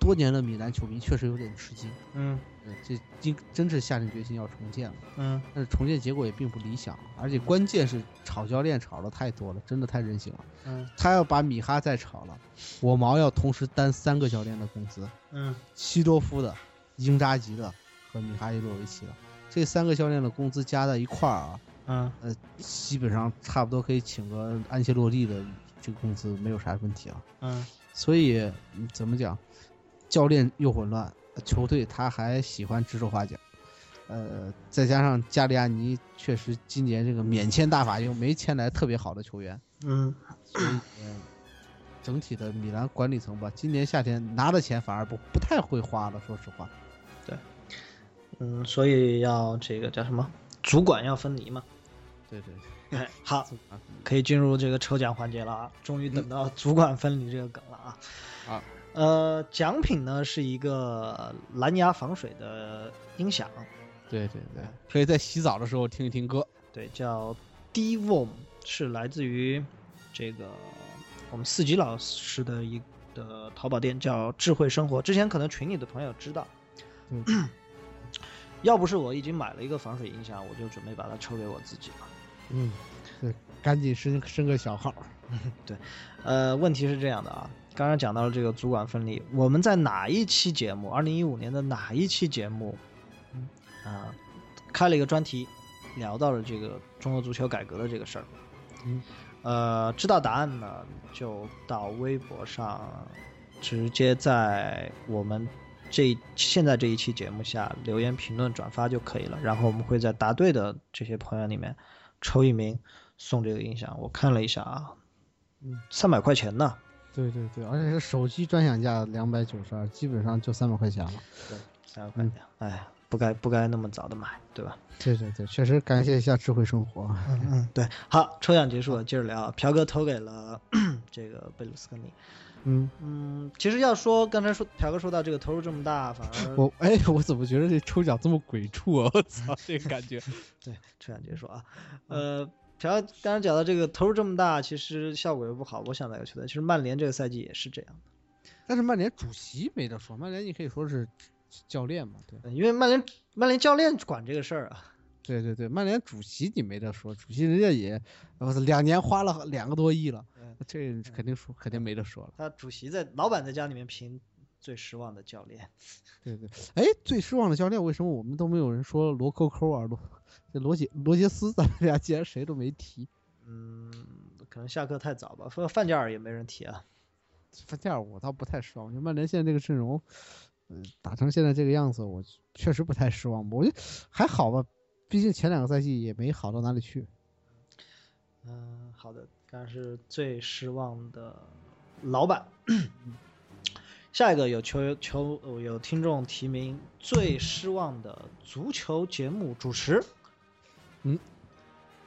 S2: 多多年的米兰球迷确实有点吃惊，
S1: 嗯
S2: 呃这今真是下定决心要重建了，
S1: 嗯
S2: 但是重建结果也并不理想，啊而且关键是炒教练炒的太多了，真的太任性了。
S1: 嗯
S2: 他要把米哈再炒了，我毛要同时担三个教练的工资，
S1: 嗯
S2: 西多夫的、英扎吉的和米哈伊洛维奇的，这三个教练的工资加在一块儿啊，
S1: 嗯
S2: 基本上差不多可以请个安切洛蒂的这个工资没有啥问题啊。
S1: 嗯
S2: 所以嗯怎么讲，教练又混乱，球队他还喜欢指手画脚，呃，再加上加利亚尼确实今年这个免签大法又没签来特别好的球员，
S1: 嗯
S2: 所以呃整体的米兰管理层吧，今年夏天拿的钱反而不不太会花了，说实话。
S1: 嗯，所以要这个叫什么？主管要分离嘛。
S2: 对对对，
S1: 哎好，
S2: 啊
S1: 可以进入这个抽奖环节了啊！终于等到主管分离这个梗了啊！
S2: 啊，
S1: 呃，奖品呢是一个蓝牙防水的音响，
S2: 对对对，可以在洗澡的时候听一听歌。
S1: 对，叫 Dvom，是来自于这个我们四级老师的一的淘宝店，叫智慧生活。之前可能群里的朋友知道，
S2: 嗯
S1: 要不是我已经买了一个防水音响，我就准备把它抽给我自己了。
S2: 嗯，对，赶紧申申个小号。
S1: 呃，问题是这样的啊，刚刚讲到了这个主管分离，我们在哪一期节目，二零一五年的哪一期节目，啊、开了一个专题，聊到了这个中国足球改革的这个事儿。
S2: 嗯，
S1: 呃，知道答案呢，就到微博上，直接在我们这现在这一期节目下留言、评论、转发就可以了。然后我们会在答对的这些朋友里面抽一名送这个音响。我看了一下啊，
S2: 嗯，
S1: 三百块钱呢。
S2: 对对对，而且是手机专享价两百九十二，基本上就三百块钱了。
S1: 三百块钱，哎呀，不该不该那么早的买，对吧？
S2: 对对对，确实感谢一下智慧生活。啊
S1: 嗯嗯，对。好，抽奖结束了，接着聊啊。朴哥投给了 这个贝鲁斯科尼。
S2: 嗯，
S1: 嗯，其实要说刚才说朴哥说到这个投入这么大，反而
S2: 我哎，我怎么觉得这抽奖这么鬼畜啊？我操，这个感觉。
S1: 对抽奖结束啊。呃，朴哥刚才讲到这个投入这么大，其实效果又不好。我想哪个球队？其实曼联这个赛季也是这样的，
S2: 但是曼联主席没得说，曼联你可以说是教练嘛，对
S1: 嗯因为曼联曼联教练管这个事儿啊。
S2: 对对对，曼联主席你没得说，主席人家也，呃我操，两年花了两个多亿了
S1: 嗯，
S2: 这肯定说肯定没得说了。
S1: 他主席在老板在家里面评最失望的教练。
S2: 对对，哎，最失望的教练为什么我们都没有人说罗扣扣啊？罗这罗杰罗杰斯，咱们俩竟然谁都没提。
S1: 嗯，可能下课太早吧。说范加尔也没人提啊。
S2: 范加尔我倒不太失望，我觉得曼联现在这个阵容，呃，打成现在这个样子，我确实不太失望吧。我觉得还好吧，毕竟前两个赛季也没好到哪里去。
S1: 嗯，好的，刚才是最失望的老板。 下一个有球球呃有听众提名最失望的足球节目主持。
S2: 嗯，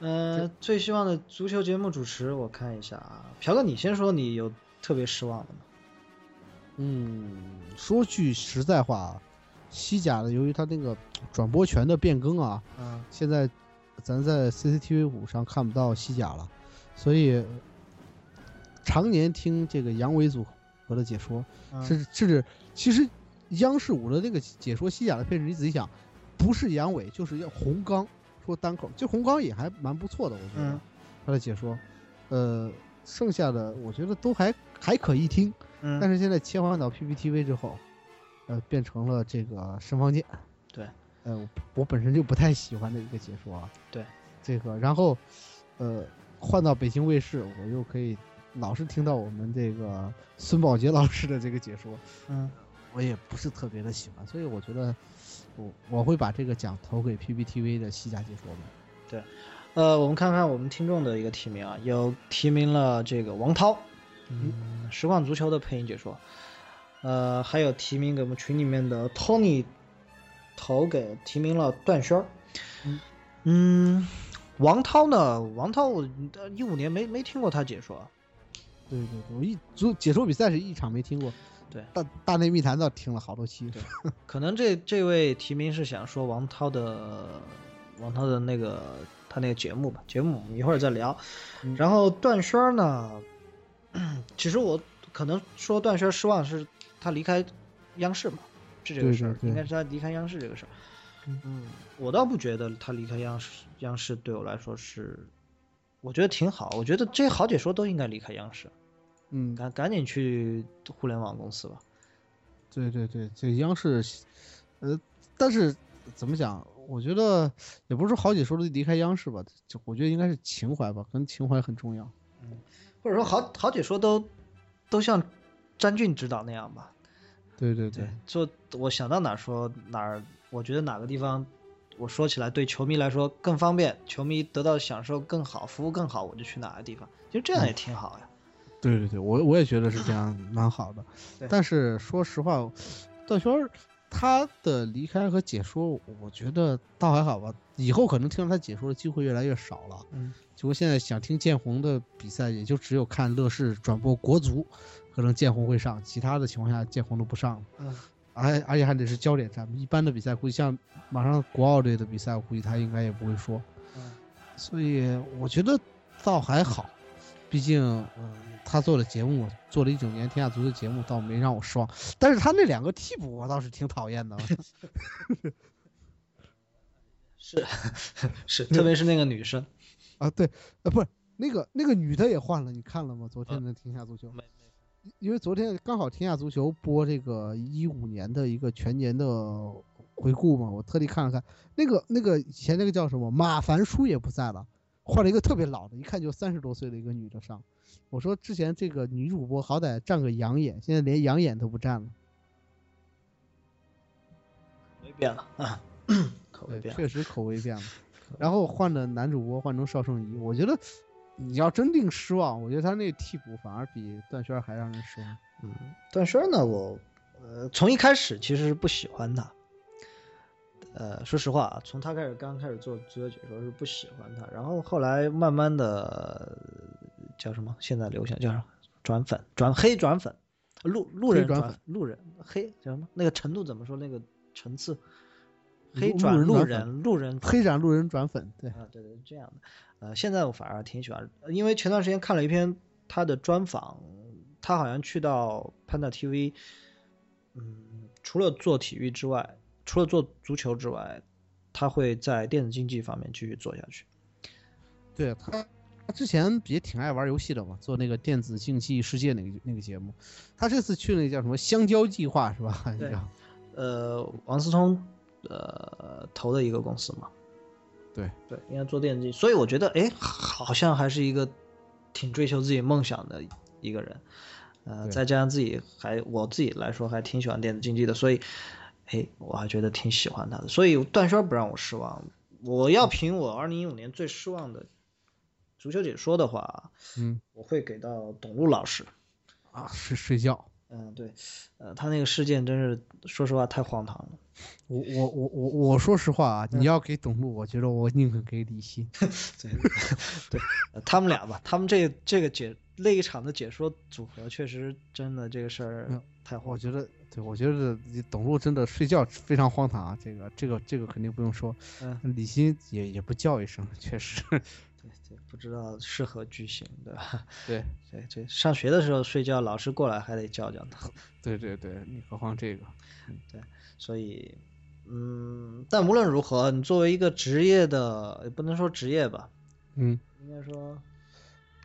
S1: 呃，最希望的足球节目主持，我看一下啊，朴哥，你先说你有特别失望的吗？
S2: 嗯，说句实在话啊，西甲的由于它那个转播权的变更啊，
S1: 嗯
S2: 现在咱在 CCTV 五上看不到西甲了，所以常年听这个杨伟组合的解说，
S1: 嗯
S2: 甚至甚至其实央视五的那个解说西甲的配置，你仔细想，不是杨伟就是要洪刚说单口，这洪刚也还蛮不错的，我觉得、
S1: 嗯
S2: 他的解说，呃，剩下的我觉得都还还可一听。
S1: 嗯，
S2: 但是现在切换到 PPTV 之后，呃，变成了这个申方健。
S1: 对，
S2: 呃，我我本身就不太喜欢的一个解说啊。
S1: 对，
S2: 这个，然后，呃，换到北京卫视，我又可以老是听到我们这个孙宝杰老师的这个解说，
S1: 嗯
S2: 我也不是特别的喜欢，所以我觉得我我会把这个奖投给 PPTV 的西甲解说吧。
S1: 呃，我们看看我们听众的一个提名啊，有提名了这个王涛，嗯，实况足球的配音解说，呃，还有提名给我们群里面的 Tony 投给提名了段轩儿，
S2: 嗯
S1: 嗯，王涛呢，王涛我一五年没没听过他解说啊，
S2: 对对对，我一足解说比赛是一场没听过，
S1: 对
S2: 大大内密谈倒听了好多期。
S1: 可能这这位提名是想说王涛的王涛的那个他那个节目吧，节目我们一会儿再聊。
S2: 嗯
S1: 然后段轩儿呢，其实我可能说段轩儿失望是他离开央视嘛，是这个事儿，
S2: 对对对
S1: 应该是他离开央视这个事儿。嗯，我倒不觉得他离开央视，央视对我来说是，我觉得挺好。我觉得这些好解说都应该离开央视，
S2: 嗯，
S1: 赶赶紧去互联网公司吧。
S2: 对对对，这央视，呃，但是怎么讲？我觉得也不是说好几说的离开央视吧，就我觉得应该是情怀吧，可能情怀很重要。
S1: 或者说好好解说都都像詹俊指导那样吧。
S2: 对对对，
S1: 就我想到哪儿说哪儿，我觉得哪个地方我说起来对球迷来说更方便，球迷得到享受更好，服务更好，我就去哪个地方。其实这
S2: 嗯
S1: 样也挺好呀。
S2: 对对对，我我也觉得是这样，蛮好的
S1: 对。
S2: 但是说实话，段轩儿他的离开和解说，我觉得倒还好吧。以后可能听到他解说的机会越来越少了。
S1: 嗯，
S2: 就我现在想听建宏的比赛，也就只有看乐视转播国足，可能建宏会上，其他的情况下建宏都不上了。
S1: 嗯，
S2: 而而且还得是焦点战，一般的比赛估计像马上国奥队的比赛，我估计他应该也不会说。
S1: 嗯，
S2: 所以我觉得倒还好，毕竟嗯，他做的节目，做了一整年天下足球节目，倒没让我失望。但是他那两个替补，我倒是挺讨厌的。
S1: 是 是，特别是那个女生，
S2: 啊，对，啊，不是那个那个女的也换了，你看了吗？昨天的天下足球，
S1: 啊没
S2: 因为昨天刚好天下足球播这个一五年的一个全年的回顾嘛，我特地看了看，那个那个以前那个叫什么马凡舒也不在了，换了一个特别老的，一看就三十多岁的一个女的上。我说之前这个女主播好歹占个养眼，现在连养眼都不占了，
S1: 口味变了啊， 口味
S2: 对，
S1: 变了。
S2: 确实口味 变了。然后换了男主播，换成邵圣仪，我觉得你要真令失望，我觉得他那替补反而比段轩儿还让人失望。
S1: 嗯，段轩呢，我呃从一开始其实是不喜欢他。呃，说实话啊，从他开始刚开始做足球解说是不喜欢他，然后后来慢慢的叫什么？现在流行叫什么？转粉，转黑转粉，路路
S2: 黑
S1: 人
S2: 转
S1: 转
S2: 粉
S1: 路人黑叫什么？那个程度怎么说？那个层次，黑
S2: 路
S1: 转
S2: 路人
S1: 路
S2: 转粉
S1: 人路人
S2: 黑展路人转粉，对，
S1: 啊，对对，这样的。呃，现在我反而挺喜欢，因为前段时间看了一篇他的专访，他好像去到 Panda TV，嗯，除了做体育之外，除了做足球之外，他会在电子竞技方面继续做下去。
S2: 对他他之前也挺爱玩游戏的嘛，做那个电子竞技世界那个那个节目，他这次去那叫什么香蕉计划是吧？
S1: 对
S2: 叫
S1: 呃，王思聪呃投的一个公司嘛，
S2: 对
S1: 对，应该做电竞，所以我觉得哎，好像还是一个挺追求自己梦想的一个人，呃，
S2: 对
S1: 再加上自己还我自己来说还挺喜欢电子竞技的，所以哎，我还觉得挺喜欢他的，所以段轩不让我失望，我要评我二零一五年最失望的足球解说的话，
S2: 嗯
S1: 我会给到董路老师。
S2: 啊睡睡觉。
S1: 嗯，对，呃，他那个事件真是，说实话太荒唐了。
S2: 我我我我我说实
S1: 嗯
S2: 话啊，你要给董路，我觉得我宁肯给李欣。
S1: 对对，呃他们俩吧，他们这这个解那一场的解说组合，确实真的这个事儿
S2: 嗯
S1: 太荒
S2: 我觉得，对我觉得董路真的睡觉非常荒唐啊，这个这个这个肯定不用说。
S1: 嗯，
S2: 李欣也也不叫一声，确实。
S1: 对对，不知道是何居心，对吧？
S2: 对
S1: 对对，上学的时候睡觉，老师过来还得叫叫他，
S2: 对对对，你何况这个。
S1: 所以，嗯，但无论如何，你作为一个职业的，也不能说职业吧，
S2: 嗯，
S1: 应该说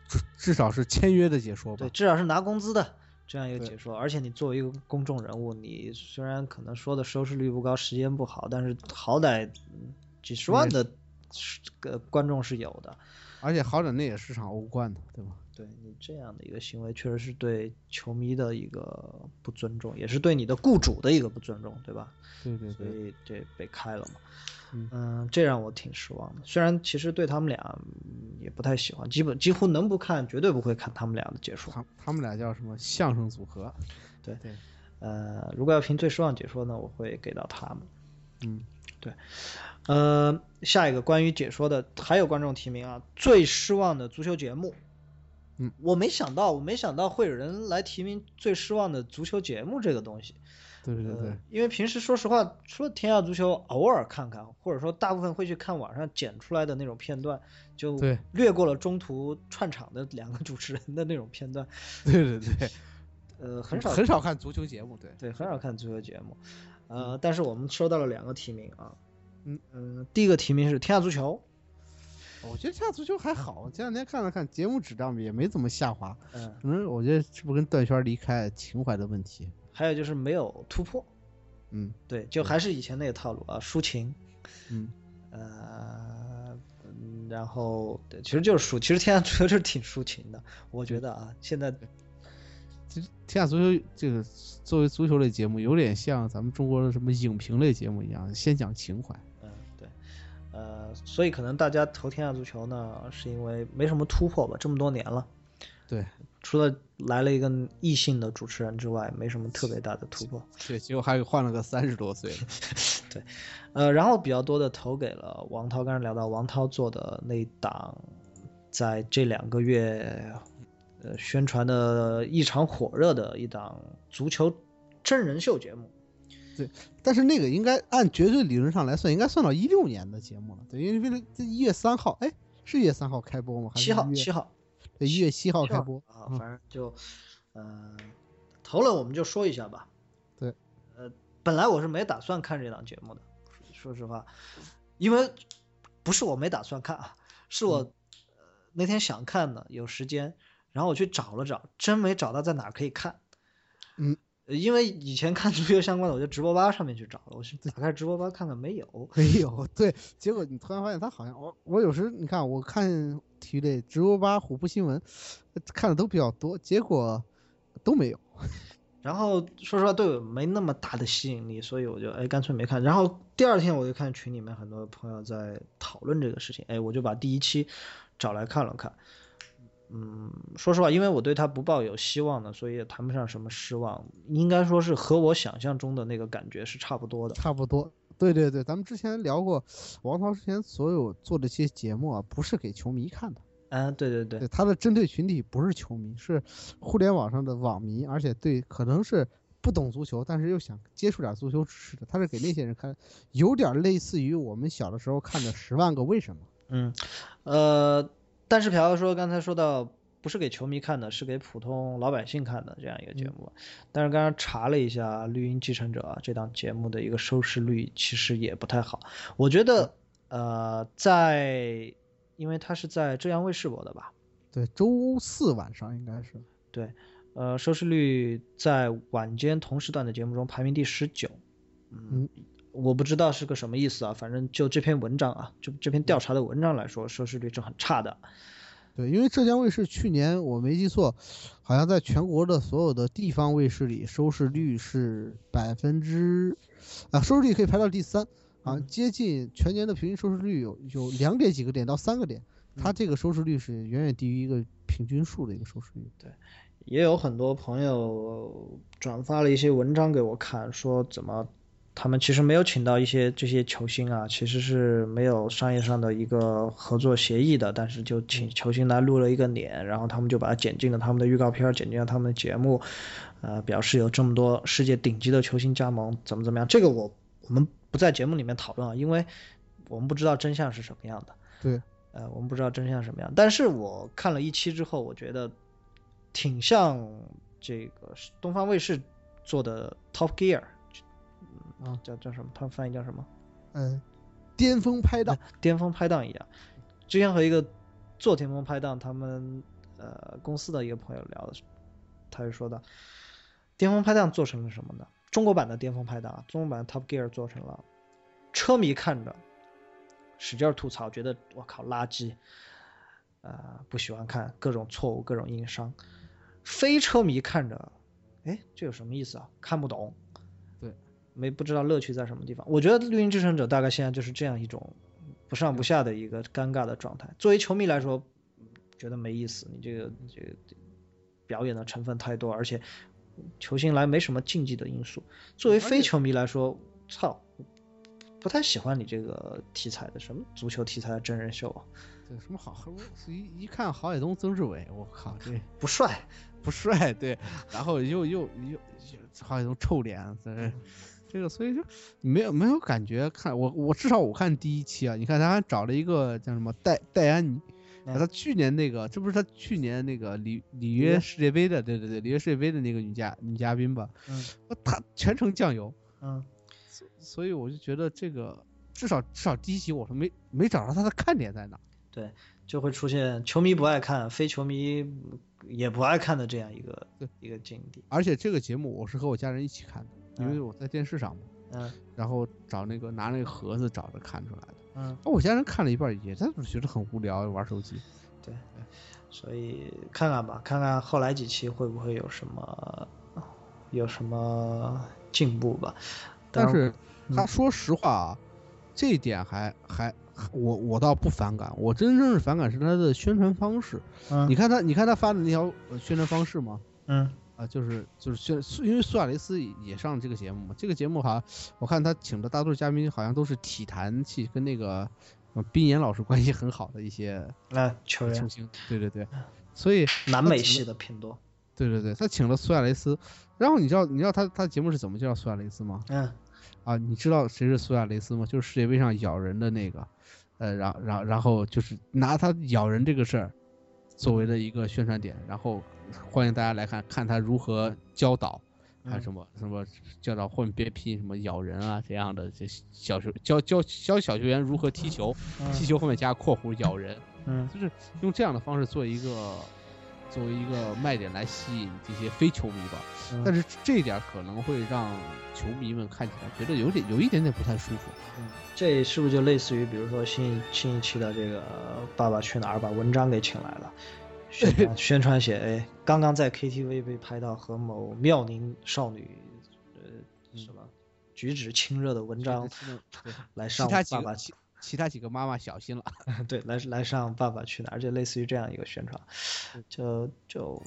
S2: 至至少是签约的解说吧
S1: 对，。至少是拿工资的这样一个
S2: 嗯对
S1: 解说。而且你作为一个公众人物，你虽然可能说的收视率不高，时间不好，但是好歹嗯几十万的是个观众是有的。
S2: 而且好歹那也是场欧冠的，对吧？
S1: 对你这样的一个行为，确实是对球迷的一个不尊重，也是对你的雇主的一个不尊重，对吧？
S2: 对对
S1: 所，以这被开了嘛。
S2: 嗯
S1: 嗯，这让我挺失望的。虽然其实对他们俩嗯也不太喜欢，基本几乎能不看绝对不会看他们俩的解说。
S2: 他他们俩叫什么相声组合？
S1: 对
S2: 对，
S1: 呃，如果要评最失望解说呢，我会给到他们。
S2: 嗯，
S1: 呃，下一个关于解说的，还有观众提名啊，最失望的足球节目。
S2: 嗯，
S1: 我没想到，我没想到会有人来提名最失望的足球节目这个东西。
S2: 对对对
S1: 呃，因为平时说实话，除了天下足球偶尔看看，或者说大部分会去看网上剪出来的那种片段，就
S2: 对
S1: 略过了中途串场的两个主持人的那种片段。
S2: 对对对，
S1: 呃，很少
S2: 很少看足球节目， 对
S1: 对，很少看足球节目，呃，但是我们收到了两个提名啊，嗯嗯，第一个提名是《天下足球
S2: 我觉得下足球还好，前两天看了看节目质量也没怎么下滑。》，
S1: 嗯，
S2: 嗯，我觉得是不是跟段轩离开情怀的问题？
S1: 还有就是没有突破，
S2: 嗯
S1: 对，就还是以前那个套路啊，抒情，
S2: 嗯，
S1: 呃，嗯然后对其实就是抒，其实《天下足球》就是挺抒情的，我觉得啊，现在
S2: 其实天下足球这个作为足球类节目，有点像咱们中国的什么影评类节目一样，先讲情怀。
S1: 嗯，对，呃，所以可能大家投天下足球呢，是因为没什么突破吧，这么多年了，
S2: 对
S1: 除了来了一个异性的主持人之外，没什么特别大的突破。
S2: 对，结果还有换了个三十多岁的。
S1: 对，呃，然后比较多的投给了王涛，刚才聊到王涛做的那一档，在这两个月，呃，宣传的异常火热的一档足球真人秀节目。
S2: 但是那个应该按绝对理论上来算，应该算到一六年的节目了，对，因为这这一月三号，哎，是一月三号开播吗？还是
S1: 七号，
S2: 一月
S1: 七号，
S2: 对，一月七号
S1: 七
S2: 开播。嗯
S1: 啊，反正就，呃，投了我们就说一下吧。
S2: 对，
S1: 呃，本来我是没打算看这档节目的，说实话，因为不是我没打算看啊，是
S2: 嗯
S1: 我、呃那天想看的，有时间，然后我去找了找，真没找到在哪儿可以看。
S2: 嗯
S1: 呃，因为以前看足球相关的，我就直播吧上面去找了，我去打开直播吧看看没有。
S2: 没有，哎对，结果你突然发现他好像我我有时你看我看体育类直播吧、虎扑新闻呃看的都比较多，结果都没有。
S1: 然后说实话对我没那么大的吸引力，所以我就哎干脆没看。然后第二天我就看群里面很多朋友在讨论这个事情，哎，我就把第一期找来看了看。嗯，说实话，因为我对他不抱有希望呢，所以也谈不上什么失望，应该说是和我想象中的那个感觉是差不多的。
S2: 差不多，对对对，咱们之前聊过，王涛之前所有做这些节目啊，不是给球迷看的，
S1: 嗯，对对对
S2: 对，他的针对群体不是球迷，是互联网上的网迷，而且对可能是。不懂足球，但是又想接触点足球知识的，他是给那些人看，有点类似于我们小的时候看的《十万个为什么》。
S1: 嗯，呃，但是朴说刚才说到不是给球迷看的，是给普通老百姓看的这样一个节目。但是刚刚查了一下《绿茵继承者》这档节目的一个收视率，其实也不太好。我觉得，呃，在因为它是在浙江卫视播的吧，
S2: 对，周四晚上应该是，
S1: 对，呃，收视率在晚间同时段的节目中排名第十九。嗯，我不知道是个什么意思啊，反正就这篇文章啊，就这篇调查的文章来说，收视率是很差的。
S2: 对，因为浙江卫视去年我没记错，好像在全国的所有的地方卫视里，收视率是百分之，啊，收视率可以排到第三，啊，接近全年的平均收视率有有两点几个点到三个点，它
S1: 嗯
S2: 这个收视率是远远低于一个平均数的一个收视率。
S1: 也有很多朋友转发了一些文章给我看，说怎么他们其实没有请到一些这些球星啊，其实是没有商业上的一个合作协议的，但是就请球星来录了一个脸，然后他们就把它剪进了他们的预告片儿，剪进了他们的节目，呃，表示有这么多世界顶级的球星加盟，怎么怎么样，这个我我们不在节目里面讨论啊，因为我们不知道真相是什么样的。
S2: 对，
S1: 呃，我们不知道真相什么样，但是我看了一期之后，我觉得挺像这个是东方卫视做的《Top Gear》，嗯
S2: 啊
S1: 叫叫什么？他们翻译叫什么？
S2: 嗯，巅峰拍档，
S1: 巅峰拍档一样。之前和一个做巅峰拍档，他们呃公司的一个朋友聊的时候，他就说到，巅峰拍档做成了什么呢？中国版的巅峰拍档啊，中文版的 Top Gear 做成了，车迷看着使劲儿吐槽，觉得我靠垃圾，呃不喜欢看，各种错误，各种硬伤。非车迷看着，哎，这有什么意思啊？看不懂。
S2: 对，
S1: 没不知道乐趣在什么地方。我觉得《绿茵继承者》大概现在就是这样一种不上不下的一个尴尬的状态。作为球迷来说，觉得没意思，你这个这个表演的成分太多，而且球星来没什么竞技的因素。作为
S2: 而
S1: 非
S2: 且
S1: 球迷来说，操，不太喜欢你这个题材的什么足球题材的真人秀啊，
S2: 对，什么好，一一看郝海东、曾志伟，我靠，这。
S1: 不帅。
S2: 不帅，对，然后又又又又好像臭脸，对，
S1: 嗯
S2: 这个所以就没有没有感觉看我我至少我看第一期啊，你看他还找了一个叫什么戴戴安妮，
S1: 嗯
S2: 啊她去年那个，这不是她去年那个里里
S1: 约
S2: 约世界杯的，对对对，里约世界杯的那个女嘉女嘉宾吧，
S1: 嗯
S2: 哇她全程酱油，
S1: 嗯，
S2: 所以我就觉得这个至少至少第一集我说没没找到她的看点在哪，
S1: 就会出现球迷不爱看，非球迷也不爱看的这样一个
S2: 对
S1: 一个境地。
S2: 而且这个节目我是和我家人一起看的，因为
S1: 嗯
S2: 我在电视上嘛，
S1: 嗯
S2: 然后找那个拿那个盒子找着看出来的，
S1: 嗯，
S2: 啊，我家人看了一半儿也在觉得很无聊，玩手机。
S1: 对，所以看看吧，看看后来几期会不会有什么有什么进步吧。
S2: 但嗯
S1: 当然
S2: 是他说实话啊，这一点还还还我我倒不反感，我真正是反感是他的宣传方式。
S1: 嗯
S2: 你看他，你看他发的那条呃宣传方式吗？
S1: 嗯
S2: 啊，就是就是宣，因为苏亚雷斯也也上了这个节目嘛。这个节目好像我看他请的大多数嘉宾好像都是体坛系跟那个呃冰岩老师关系很好的一些
S1: 那球
S2: 球
S1: 员
S2: 星。对啊对对，所以
S1: 南美系的偏多。
S2: 对对对，他请了苏亚雷斯。然后你知道你知道他他节目是怎么介绍苏亚雷斯吗？
S1: 嗯
S2: 啊，你知道谁是苏亚雷斯吗？就是世界杯上咬人的那个，呃，然然然后就是拿他咬人这个事儿作为了一个宣传点，然后欢迎大家来看看他如何教导，啊
S1: 嗯
S2: 什么什么教导混别拼什么咬人啊这样的，这小球教教教小球员如何踢球，踢球后面加括弧咬人，
S1: 嗯
S2: 就是用这样的方式做一个作为一个卖点来吸引这些非球迷吧。
S1: 嗯，
S2: 但
S1: 是
S2: 是这一点儿可能会让球迷们看起来觉得有点有一点点不太舒服。
S1: 嗯这是不是就类似于比如说新一新一期的这个《爸爸去哪儿》把文章给请来 了？宣传宣传写，哎，刚刚在 KTV 被拍到和某妙龄少女，呃，什么举止亲热的文章
S2: 嗯对
S1: 来
S2: 其
S1: 上
S2: 他几
S1: 爸
S2: 个
S1: 爸
S2: 其其他几个妈妈小心了。
S1: 对，来来上《爸爸去哪儿》，就类似于这样一个宣传，
S2: 嗯
S1: 就就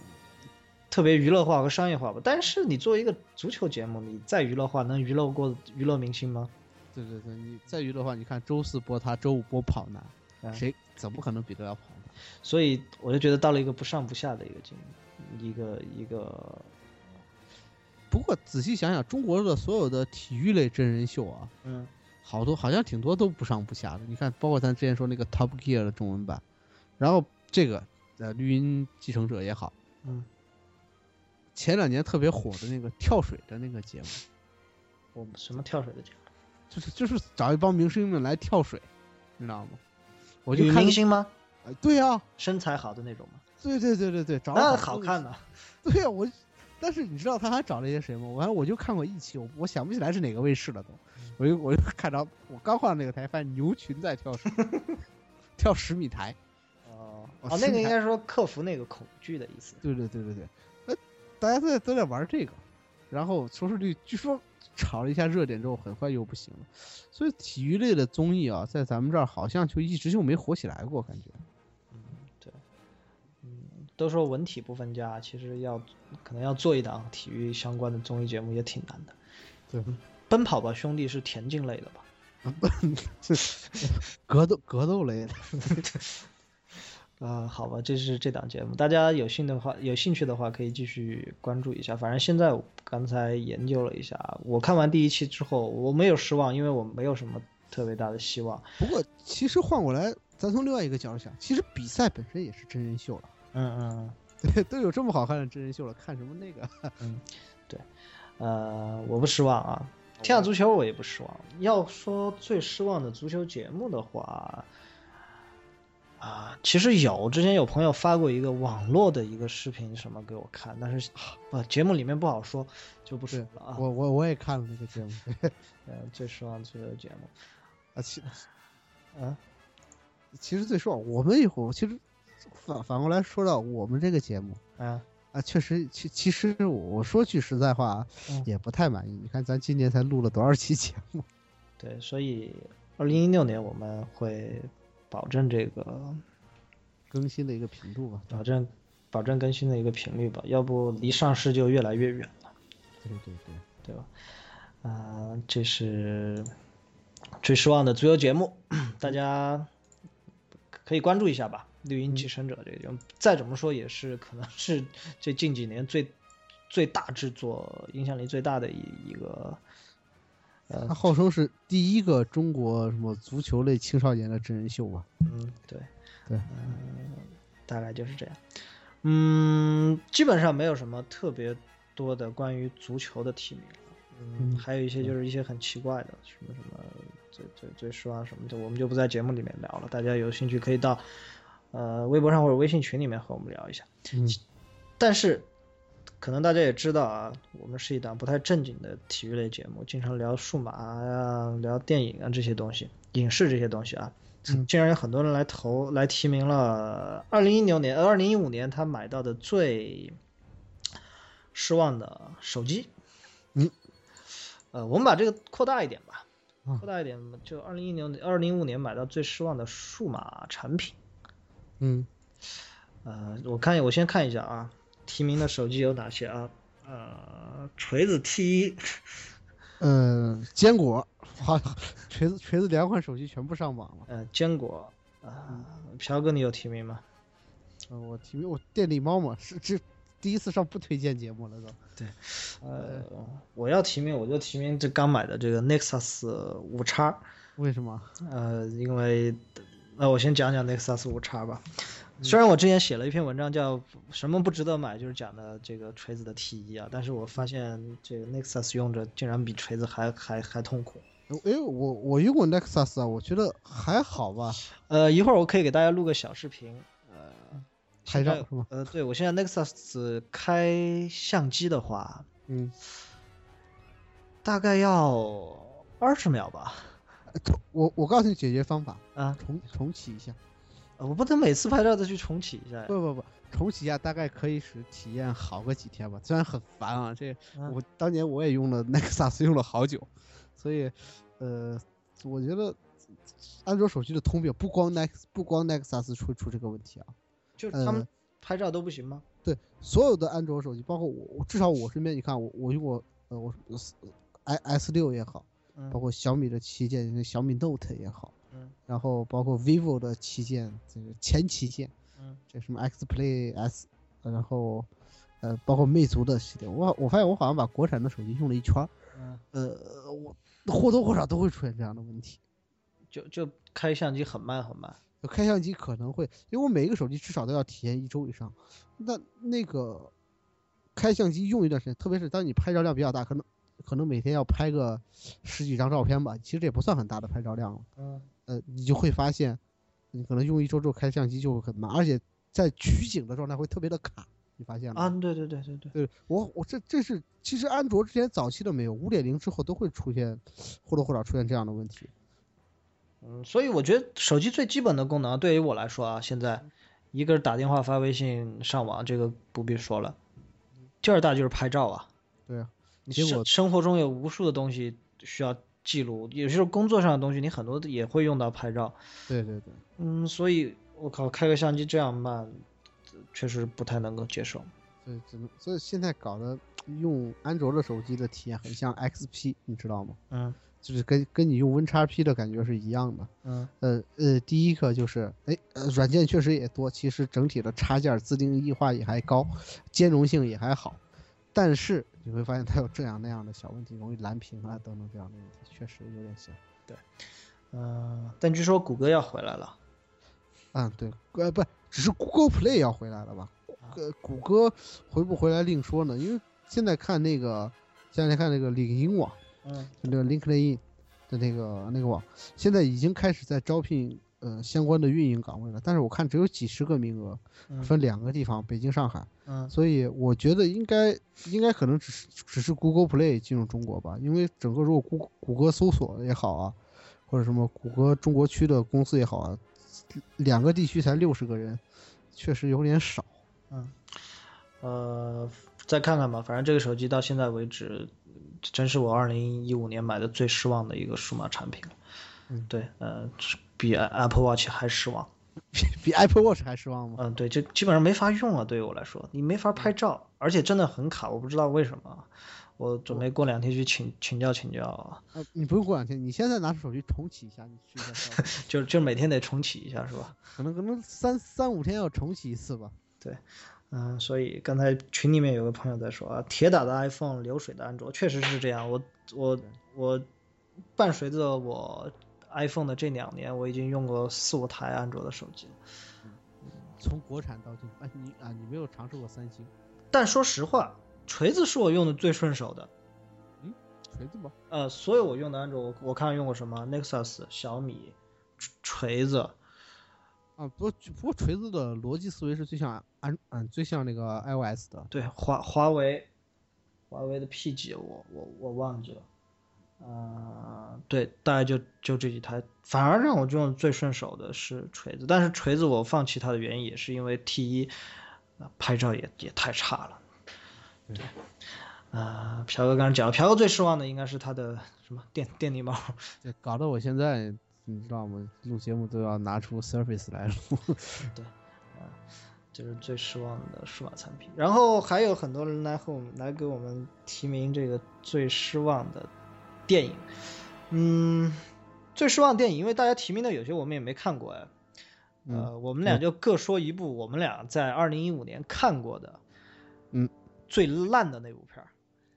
S1: 特别娱乐化和商业化吧。但是你作为一个足球节目，你再娱乐化，能娱乐过娱乐明星吗？
S2: 对对对，你再娱乐的话，你看周四播他，周五播跑男，
S1: 嗯
S2: 谁怎么可能比得了跑男？
S1: 所以我就觉得到了一个不上不下的一个境地，一个一个，
S2: 不过仔细想想，中国的所有的体育类真人秀啊，
S1: 嗯
S2: 好多好像挺多都不上不下的。你看，包括咱之前说那个 Top Gear 的中文版，然后这个呃绿茵继承者也好，
S1: 嗯，
S2: 前两年特别火的那个跳水的那个节目。
S1: 我们什么跳水的节目？
S2: 就是就是找一帮明星们来跳水，你知道吗？我就
S1: 女
S2: 看
S1: 明，星吗？
S2: 呃对呀、
S1: 身材好的那种吗？
S2: 对对对对对，找
S1: 那
S2: 好
S1: 好
S2: 多
S1: 看，呢、
S2: 对呀、啊我，但是你知道他还找了一些谁吗？我还我就看过一期，我我想不起来是哪个卫视了都，
S1: 嗯
S2: 我就我就看着我刚换那个台，发现牛群在 跳水，跳十米台，
S1: 哦
S2: 我
S1: 哦，
S2: 身
S1: 那个应
S2: 材
S1: 该说克服那个恐惧的意思。
S2: 对对对对对，呃，大家都在都在玩这个，然后收视率据说炒了一下热点之后，很快又不行了，所以体育类的综艺啊，在咱们这儿好像就一直就没火起来过，感觉。
S1: 都说文体不分家，其实要可能要做一档体育相关的综艺节目也挺难的。
S2: 对，
S1: 奔跑吧兄弟是田径类的吧？
S2: 格斗格斗类的，
S1: 啊、好吧，这是这档节目，大家有兴的话，有兴趣的话可以继续关注一下。反正现在我刚才研究了一下，我看完第一期之后，我没有失望，因为我没有什么特别大的希望。
S2: 不过其实换过来，咱从另外一个角度想，其实比赛本身也是真人秀了，
S1: 嗯嗯。
S2: 对，都有这么好看的真人秀了，看什么那个？
S1: 呃，我不失望啊。天下足球我也不失望。要说最失望的足球节目的话，啊，其实有之前有朋友发过一个网络的一个视频什么给我看，但是啊不、节目里面不好说，就不说
S2: 对
S1: 了啊。
S2: 我我我也看了那个节目
S1: 呃，最失望的足球节目，
S2: 啊，其
S1: 啊，
S2: 其实最说我们一会儿其实反反过来说到我们这个节目
S1: 啊，
S2: 啊，确实其其实我我说句实在话啊
S1: 嗯，
S2: 也不太满意。你看咱今年才录了多少期节目？
S1: 对，所以二零一六年我们会保证这个
S2: 更新的一个频度吧，
S1: 保证保证更新的一个频率吧，要不离上市就越来越远了。
S2: 对对对，
S1: 对吧？啊、这是最失望的足球节目， 大家可以关注一下吧。绿茵继承者这个节目，再怎么说也是可能是这近几年最最大制作、影响力最大的一一个呃
S2: 他号称是第一个中国什么足球类青少年的真人秀吧？
S1: 嗯，对，
S2: 对
S1: 嗯，大概就是这样。嗯，基本上没有什么特别多的关于足球的提名了。嗯，
S2: 嗯
S1: 还有一些就是一些很奇怪的，什么什么最最最失望什么的，我们就不在节目里面聊了。大家有兴趣可以到呃微博上或者微信群里面和我们聊一下。
S2: 嗯，
S1: 但是可能大家也知道啊，我们是一档不太正经的体育类节目，经常聊数码啊、聊电影啊这些东西，影视这些东西啊。
S2: 嗯
S1: 竟然有很多人来投来提名了二零一六年、呃二零一五年他买到的最失望的手机。
S2: 嗯，
S1: 呃，我们把这个扩大一点吧，
S2: 啊
S1: 扩大一点，就二零一六、二零一五年买到最失望的数码产品。
S2: 嗯，
S1: 呃，我看我先看一下啊，提名的手机有哪些啊？呃，锤子 T 一，
S2: 呃，坚果，好，锤子锤子两款手机全部上榜了。
S1: 呃，坚果，
S2: 嗯
S1: 啊、朴哥你有提名吗？
S2: 呃，我提名我店里猫嘛，是这第一次上不推荐节目了都。
S1: 呃，我要提名我就提名这刚买的这个 Nexus 五叉，
S2: 为什么？
S1: 呃，因为那我先讲讲 Nexus 五叉吧。虽然我之前写了一篇文章叫“什么不值得买”，就是讲的这个锤子的 T 一啊，但是我发现这个 Nexus 用着竟然比锤子还还还痛苦。
S2: 哎，我我用过 Nexus 啊，我觉得还好吧，
S1: 呃，一会儿我可以给大家录个小视频，呃，
S2: 拍
S1: 现
S2: 照
S1: 在
S2: 是吧？
S1: 呃，对我现在 Nexus 开相机的话，
S2: 嗯，
S1: 大概要二十秒吧。
S2: 我我告诉你解决方法，
S1: 啊，
S2: 重重启一下。
S1: 呃我不能每次拍照都去重启一下呀。
S2: 不不不，重启一下大概可以使体验好个几天吧，虽然很烦啊，这
S1: 啊
S2: 我当年我也用了 Nexus 用了好久，所以呃，我觉得安卓手机的通病不光 Nex 不光 Nexus 出出这个问题啊，
S1: 就是他们
S2: 呃，
S1: 拍照都不行吗？
S2: 对所有的安卓手机，包括我，我至少我身边你看我我用过呃我 i S 六也好，
S1: 嗯
S2: 包括小米的旗舰那小米 Note 也好，
S1: 嗯
S2: 然后包括 vivo 的旗舰这个前旗舰。
S1: 嗯
S2: 这什么 XPlay S，呃然后呃，包括魅族的系列，我我发现我好像把国产的手机用了一圈儿，
S1: 嗯，
S2: 呃，我或多或少都会出现这样的问题。
S1: 就就开相机很慢很慢。
S2: 就开相机可能会，因为我每一个手机至少都要体验一周以上，那那个开相机用一段时间，特别是当你拍照量比较大，可能可能每天要拍个十几张照片吧，其实也不算很大的拍照量了。
S1: 嗯
S2: 呃，你就会发现，你可能用一周之后开相机就会很慢，而且在取景的状态会特别的卡，你发现了吗
S1: 啊，对对对对对，
S2: 对我，我这这是其实安卓之前早期的没有，五点零之后都会出现或多或少出现这样的问题。
S1: 嗯，所以我觉得手机最基本的功能，对于我来说啊，现在一个是打电话、发微信、上网，这个不必说了。第二大就是拍照啊，
S2: 对啊，
S1: 你
S2: 结
S1: 生
S2: 果
S1: 生活中有无数的东西需要记录，有时候工作上的东西，你很多也会用到拍照。
S2: 对对对，
S1: 嗯，所以我靠，开个相机这样慢，确实不太能够接受。
S2: 所以只能所以现在搞得用安卓的手机的体验很像 XP，你知道吗？
S1: 嗯
S2: 就是跟跟你用 WinXP 的感觉是一样的。
S1: 嗯
S2: 呃呃，第一个就是，哎，呃，软件确实也多，其实整体的插件自定义化也还高，兼容性也还好，但是你会发现它有这样那样的小问题，容易蓝屏啊等等这样的问题，确实有点像。
S1: 嗯、但据说谷歌要回来了。
S2: 啊，对，呃，不，只是 Google Play 要回来了吧？呃，谷歌回不回来另说呢，因为现在看那个，现在看那个领英网，
S1: 嗯
S2: 就那个 LinkedIn 的那个那个网，现在已经开始在招聘呃相关的运营岗位了，但是我看只有几十个名额，
S1: 嗯
S2: 分两个地方，北京、上海，
S1: 嗯
S2: 所以我觉得应该应该可能只是只是 Google Play 进入中国吧，因为整个如果谷谷歌搜索也好啊，或者什么谷歌中国区的公司也好啊，两个地区才六十个人，确实有点少。
S1: 呃，再看看吧，反正这个手机到现在为止，真是我二零一五年买的最失望的一个数码产品了。
S2: 嗯
S1: 对，呃，是比 Apple Watch 还失望。
S2: 比 Apple Watch 还失望吗？
S1: 嗯，对，这基本上没法用了，对于我来说，你没法拍照，而且真的很卡，我不知道为什么。啊我准备过两天去请请教啊请教，
S2: 呃，你不用过两天，你现在拿出手机重启一下，你试一下效果，
S1: 就就每天得重启一下，是吧？
S2: 可能可能三三五天要重启一次吧。
S1: 嗯，所以刚才群里面有个朋友在说啊，铁打的 iPhone，流水的安卓，确实是这样。我我我伴随着我 iPhone 的这两年，我已经用过四五台安卓的手机了。
S2: 从国产到进口，啊，你啊，你没有尝试过三星
S1: 但说实话，锤子是我用的最顺手的。
S2: 锤子吗？
S1: 呃，所有我用的安卓，我我看用过什么 Nexus、小米、锤锤子，
S2: 啊，不过不过锤子的逻辑思维是最像安嗯最像那个 iOS 的，
S1: 对，华华为，华为的 P 几我我我忘记了，呃，对，大概就就这几台，反而让我用的最顺手的是锤子，但是锤子我放弃它的原因也是因为 T 一、呃拍照也也太差了，
S2: 对
S1: 对，啊、朴哥刚才讲了，朴哥最失望的应该是他的什么电电力猫，
S2: 这搞得我现在你知道吗？录节目都要拿出 Surface 来录。
S1: 这是最失望的数码产品。然后还有很多人来和我们来给我们提名这个最失望的电影，嗯，最失望的电影，因为大家提名的有些我们也没看过哎，呃，我们俩就各说一部我们俩在二零一五年看过的，
S2: 嗯，
S1: 最烂的那部片儿。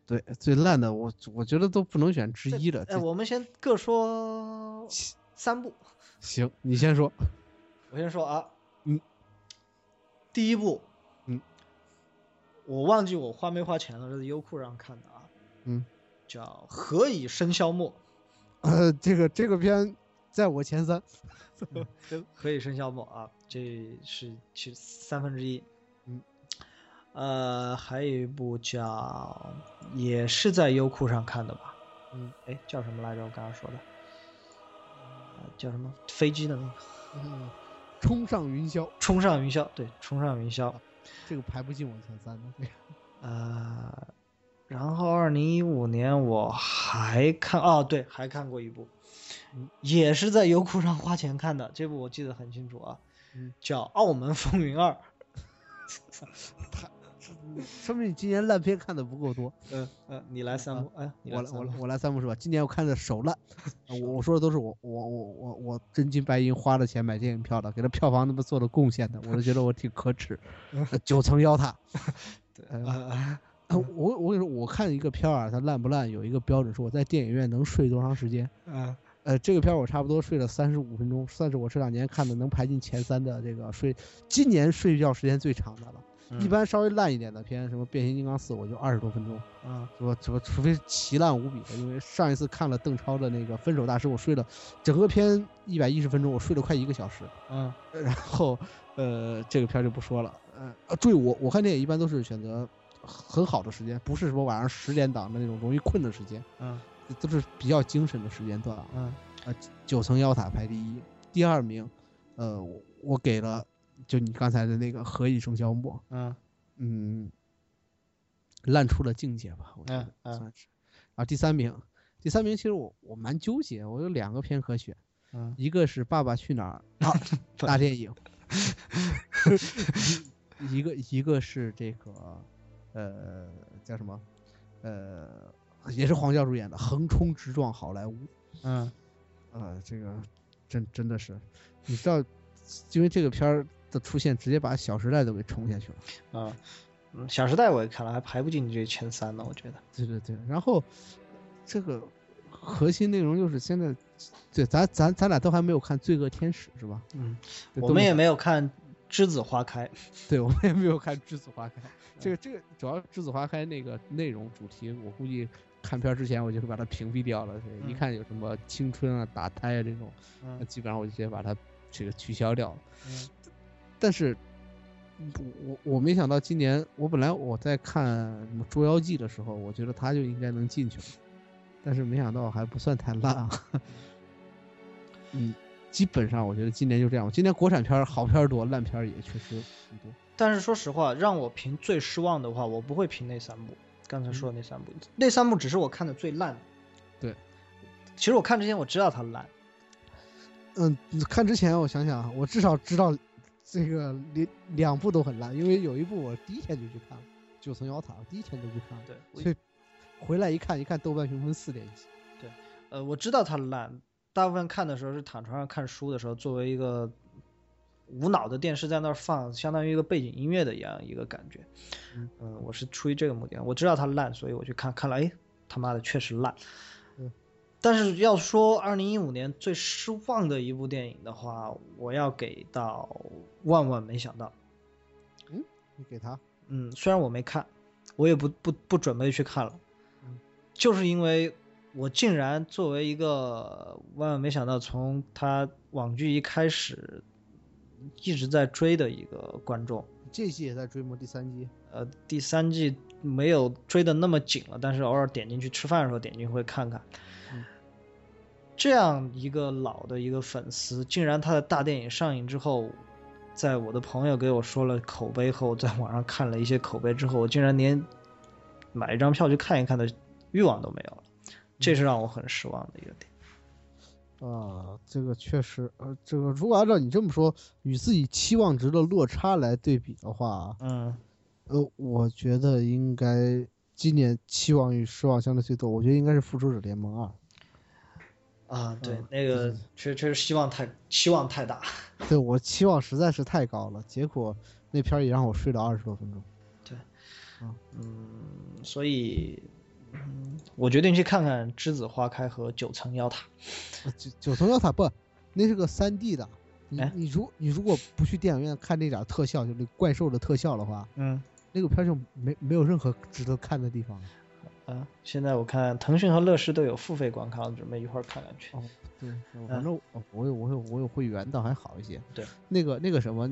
S2: 对，最烂的我我觉得都不能选之一了。
S1: 哎，
S2: 这
S1: 我们先各说三部，
S2: 行，你先说。
S1: 我先说啊，
S2: 嗯，
S1: 第一部，
S2: 嗯，
S1: 我忘记我花没花钱了，这是优酷上看的啊，
S2: 嗯，
S1: 叫《何以笙箫默
S2: 呃，这个这个片在我前三。》，
S1: 何以笙箫默啊，这是其实三分之一，
S2: 嗯，
S1: 呃，还有一部叫，也是在优酷上看的吧，
S2: 嗯，
S1: 哎，叫什么来着？我刚刚说的，呃叫什么飞机的那个
S2: 嗯，冲上云霄，
S1: 冲上云霄，对，冲上云霄。
S2: 这个排不进我前三的。 这个
S1: 呃，然后二零一五年我还看哦，对，还看过一部，
S2: 嗯
S1: 也是在优酷上花钱看的，这部我记得很清楚啊，
S2: 嗯
S1: 叫《澳门风云二》。
S2: 说明你今年烂片看的不够多。
S1: 嗯嗯，你来三部，哎，你
S2: 啊我来
S1: 来
S2: 我
S1: 来
S2: 来，我来三部是吧？今年我看的首烂，呃我我说的都是我我我我我真金白银花了钱买电影票的，给他票房他妈做了贡献的，我就觉得我挺可耻。呃九层妖塔，
S1: 对
S2: 哎呦
S1: 呃，
S2: 呃我我跟你说，我看一个片儿啊，它烂不烂有一个标准，是我在电影院能睡多长时间。
S1: 嗯
S2: 呃，这个片儿我差不多睡了三十五分钟，算是我这两年看的能排进前三的这个睡，今年睡觉时间最长的了。
S1: 嗯
S2: 一，般稍微烂一点的片，什么变形金刚四，我就二十多分钟，
S1: 嗯
S2: 什么什么，除非是奇烂无比的。因为上一次看了邓超的那个《分手大师》，我睡了整个片一百一十分钟，我睡了快一个小时。
S1: 嗯
S2: 然后，呃，这个片儿就不说了。呃，啊，对我我看电影一般都是选择很好的时间，不是什么晚上十点档的那种容易困的时间，
S1: 嗯
S2: 都是比较精神的时间段啊。
S1: 嗯
S2: 九层妖塔排第一，第二名，呃，我我给了就你刚才的那个何以笙箫默，
S1: 嗯
S2: 嗯，烂出了境界吧，我觉
S1: 嗯
S2: 得
S1: 嗯
S2: 算是。啊，第三名，第三名其实我我蛮纠结，我有两个片可选，
S1: 嗯，
S2: 一个是《爸爸去哪儿》啊，大电影，一一个一个是这个，呃，叫什么，呃，也是黄教主演的《横冲直撞好莱坞》。
S1: 嗯
S2: 啊，这个真真的是，你知道，因为这个片儿的出现，直接把《小时代》都给冲下去了。
S1: 啊，嗯，《小时代》我也看了，还排不进这前三呢，我觉得。
S2: 对对对，然后这个核心内容就是现在，对，咱咱咱俩都还没有看《罪恶天使》是吧？
S1: 嗯，
S2: 对
S1: 我
S2: 都
S1: 们也
S2: 看
S1: 没有看《栀子花开》。
S2: 对，我们也没有看《栀子花开》。 这个这个主要《栀子花开》那个内容主题，我估计看片儿之前我就会把它屏蔽掉了。对一
S1: 嗯
S2: 看有什么青春啊、打胎啊这种，
S1: 嗯
S2: 那基本上我就直接把它这个取消掉了。
S1: 嗯
S2: 但是，我我我没想到今年，我本来我在看什么《捉妖记》的时候，我觉得他就应该能进去了，但是没想到还不算太烂啊。 嗯，基本上我觉得今年就这样。今年国产片儿好片儿多，烂片儿也确实很多。
S1: 但是说实话，让我评最失望的话，我不会评那三部，刚才说的那三部，那三部只是我看的最烂的。
S2: 嗯对，
S1: 其实我看之前我知道它烂，
S2: 嗯，看之前我想想啊，我至少知道这个两两部都很烂，因为有一部我第一天就去看了，《九层妖塔》，我第一天就去看了，
S1: 对，
S2: 所以回来一看，一看豆瓣评分四点几。
S1: 呃，我知道它烂，大部分看的时候是躺床上看书的时候，作为一个无脑的电视在那儿放，相当于一个背景音乐的一样一个感觉。
S2: 嗯
S1: 嗯、我是出于这个目的，我知道它烂，所以我去看看了，哎，他妈的确实烂。
S2: 嗯
S1: 但是要说二零一五年最失望的一部电影的话，我要给到万万没想到。
S2: 你给他，
S1: 嗯，虽然我没看，我也不不不准备去看了
S2: 嗯，
S1: 就是因为我竟然作为一个万万没想到，从他网剧一开始一直在追的一个观众，
S2: 这季也在追吗？第三季？
S1: 呃，第三季没有追的那么紧了，但是偶尔点进去吃饭的时候点进去会看看。
S2: 嗯
S1: 这样一个老的一个粉丝，竟然他的大电影上映之后，在我的朋友给我说了口碑后，在网上看了一些口碑之后，我竟然连买一张票去看一看的欲望都没有了，这是让我很失望的一个点。
S2: 啊，这个确实，呃，这个如果按照你这么说，与自己期望值的落差来对比的话，
S1: 嗯
S2: 呃，我觉得应该今年期望与失望相对最多，我觉得应该是《复仇者联盟二
S1: 啊，对
S2: 嗯，
S1: 那个确确实希望太期望太大。》
S2: 对，我期望实在是太高了，结果那片儿也让我睡了二十多分钟。
S1: 嗯，所以，嗯，我决定去看看《栀子花开》和《九层妖塔》。
S2: 呃九九层妖塔不，那是个三 D 的。你
S1: 哎
S2: 你如你如果不去电影院看那点儿特效，就那怪兽的特效的话，
S1: 嗯，
S2: 那个片儿就没没有任何值得看的地方了。
S1: 啊，现在我看腾讯和乐视都有付费观看，我准备一会儿看看去。
S2: 哦，对，我反正我我有我有我有会员，倒还好一些。
S1: 呃对，
S2: 那个那个什么，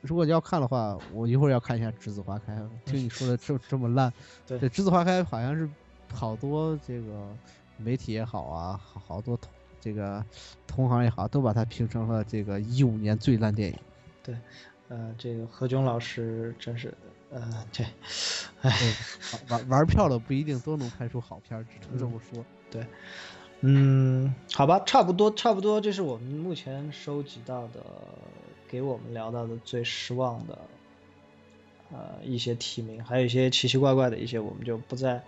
S2: 如果要看的话，我一会儿要看一下《栀子花开》。听你说的这这么烂，
S1: 对
S2: 这《栀子花开》好像是好多这个媒体也好啊，好好多同这个同行也好，都把它评成了这个一五年最烂电影。
S1: 呃，这个何炅老师真是，呃，对，
S2: 玩玩玩票的不一定都能拍出好片儿，只能这么说。
S1: 嗯，好吧，差不多，差不多，这是我们目前收集到的，给我们聊到的最失望的，呃，一些提名，还有一些奇奇怪怪的一些，我们就不在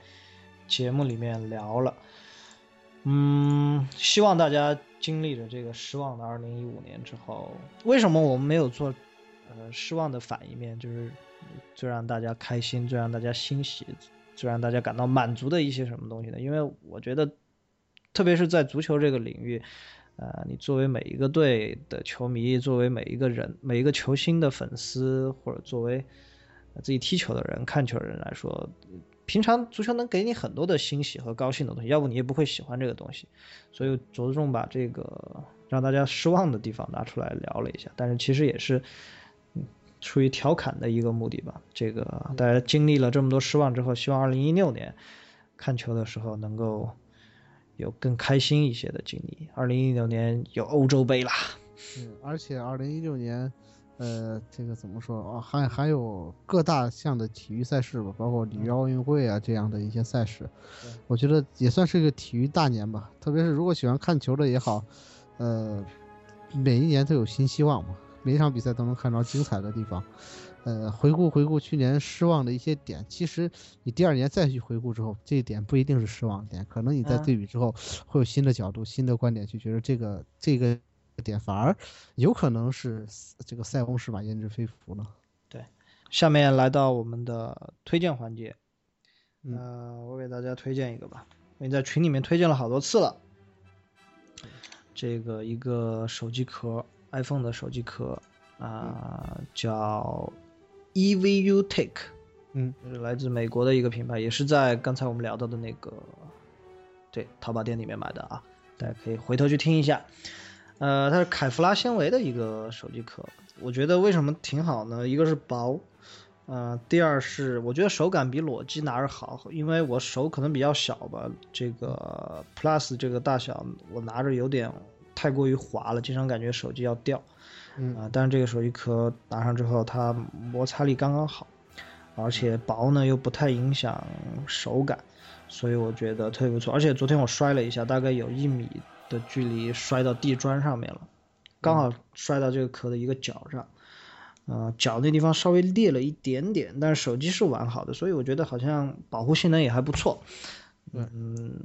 S1: 节目里面聊了。嗯，希望大家经历了这个失望的2015年之后，为什么我们没有做，呃，失望的反一面，就是最让大家开心、最让大家欣喜、最让大家感到满足的一些什么东西呢？因为我觉得，特别是在足球这个领域，呃，你作为每一个队的球迷，作为每一个人、每一个球星的粉丝，或者作为呃自己踢球的人、看球的人来说，平常足球能给你很多的欣喜和高兴的东西，要不你也不会喜欢这个东西。所以着重把这个让大家失望的地方拿出来聊了一下，但是其实也是。嗯出于调侃的一个目的吧。这个大家经历了这么多失望之后，希望二零一六年看球的时候能够有更开心一些的经历。二零一六年有欧洲杯啦，
S2: 嗯，而且二零一六年，呃，这个怎么说啊？还还有各大项的体育赛事吧，包括里约奥运会啊这样的一些赛事
S1: 对，
S2: 我觉得也算是个体育大年吧。特别是如果喜欢看球的也好，呃，每一年都有新希望嘛，每一场比赛都能看着精彩的地方。呃，回顾回顾去年失望的一些点，其实你第二年再去回顾之后，这一点不一定是失望点，可能你在
S1: 嗯
S2: 对比之后会有新的角度、新的观点去觉得这个这个点反而有可能是这个塞翁失马焉知非福呢。
S1: 下面来到我们的推荐环节，
S2: 嗯
S1: 呃，我给大家推荐一个吧，我已经在群里面推荐了好多次了。这个一个手机壳，iPhone 的手机壳啊、叫 E EVU Take，
S2: 嗯，
S1: 就是来自美国的一个品牌，也是在刚才我们聊到的那个，对，淘宝店里面买的啊，大家可以回头去听一下。呃，它是凯夫拉纤维的一个手机壳，我觉得为什么挺好呢？一个是薄，呃，第二是我觉得手感比裸机拿着好，因为我手可能比较小吧，这个 Plus 这个大小我拿着有点太过于滑了，经常感觉手机要掉。
S2: 嗯
S1: 啊、但是这个手机壳拿上之后，它摩擦力刚刚好，而且薄呢又不太影响手感，所以我觉得特别不错。而且昨天我摔了一下，大概有一米的距离摔到地砖上面了，刚好摔到这个壳的一个角上。呃，脚那地方稍微裂了一点点，但是手机是完好的，所以我觉得好像保护性能也还不错。嗯，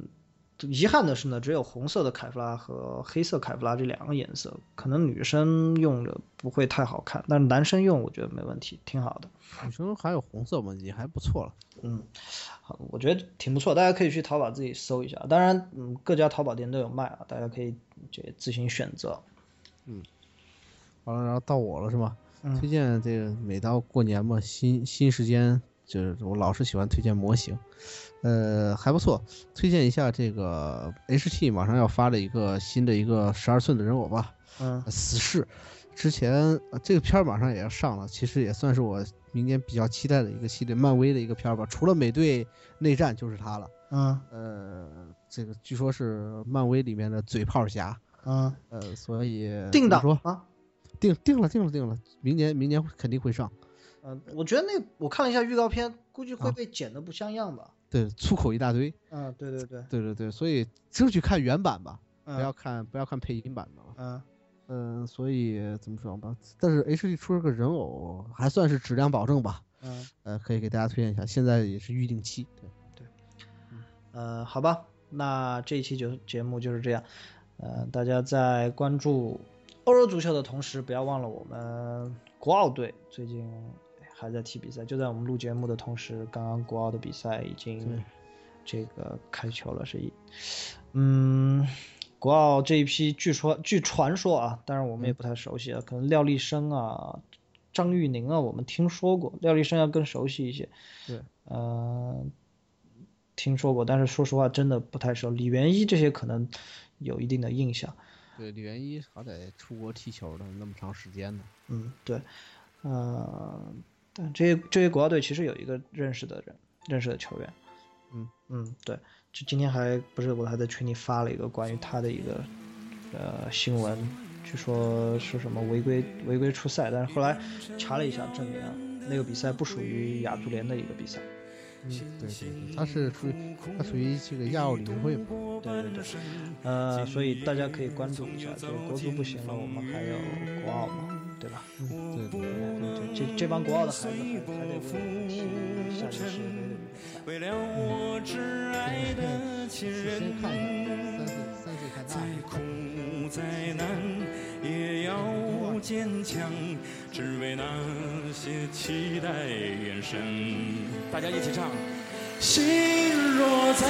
S1: 遗憾的是呢，只有红色的凯夫拉和黑色凯夫拉这两个颜色，可能女生用着不会太好看，但是男生用我觉得没问题，挺好的。
S2: 女生还有红色嘛，也还不错了。
S1: 嗯，好，我觉得挺不错，大家可以去淘宝自己搜一下。当然，嗯，各家淘宝店都有卖啊，大家可以这自行选择。
S2: 完了，然后到我了是吗？
S1: 嗯
S2: 推荐这个每到过年嘛，新新时间就是我老是喜欢推荐模型，呃，还不错。推荐一下这个 HT 马上要发的一个新的一个十二寸的人偶吧，
S1: 嗯
S2: 呃死侍。之前、呃这个片儿马上也要上了，其实也算是我明年比较期待的一个系列，漫威的一个片儿吧。除了美队内战就是它了，
S1: 嗯
S2: 呃，这个据说是漫威里面的嘴炮侠，
S1: 嗯，
S2: 呃，所以
S1: 定档
S2: 怎么说
S1: 啊。
S2: 定定了定了定了，明年明年会肯定会上。
S1: 嗯、我觉得那我看了一下预告片，估计会
S2: 啊
S1: 被剪得不像样吧。
S2: 对，粗口一大堆。
S1: 嗯，对对对，
S2: 对对对，所以争取看原版吧，
S1: 嗯
S2: 不要看不要看配音版的了。
S1: 嗯
S2: 嗯，所以怎么说吧，但是 H D 出了个人偶，还算是质量保证吧。
S1: 嗯
S2: 呃，可以给大家推荐一下，现在也是预定期。对，
S1: 呃，好吧，那这一期就节目就是这样。呃，大家在关注欧洲足球的同时，不要忘了我们国奥队最近还在踢比赛。就在我们录节目的同时，刚刚国奥的比赛已经
S2: 对
S1: 这个开球了，是一嗯。国奥这一批，据说据传说啊，当然我
S2: 嗯
S1: 们也不太熟悉啊，可能廖立生啊、张玉宁啊，我们听说过，廖立生要更熟悉一些。
S2: 对，
S1: 呃，听说过，但是说实话真的不太熟。李元一这些可能有一定的印象。
S2: 对，李元一好歹出国踢球了那么长时间呢。
S1: 嗯，对，呃，但这些这些国家队其实有一个认识的人，认识的球员。
S2: 嗯
S1: 嗯，对，就今天还不是我还在群里发了一个关于他的一个呃新闻，据说是什么违规违规出赛，但是后来查了一下，证明啊那个比赛不属于亚足联的一个比赛。
S2: 嗯，对对对，他是属于他属于这个亚奥理事会嘛。
S1: 对对对，呃，所以大家可以关注一下，这个国足不行了，我们还有国奥嘛，对吧？
S2: 对对对，
S1: 对这这帮国奥的孩子还还得为我们踢下届世界杯的比赛。
S3: 为了我挚爱的亲人，
S2: 先看一下，三岁三岁看大
S3: 再
S2: 了。
S3: 苦再难也要坚强，只为那些期待眼神。大家一起唱，心若在，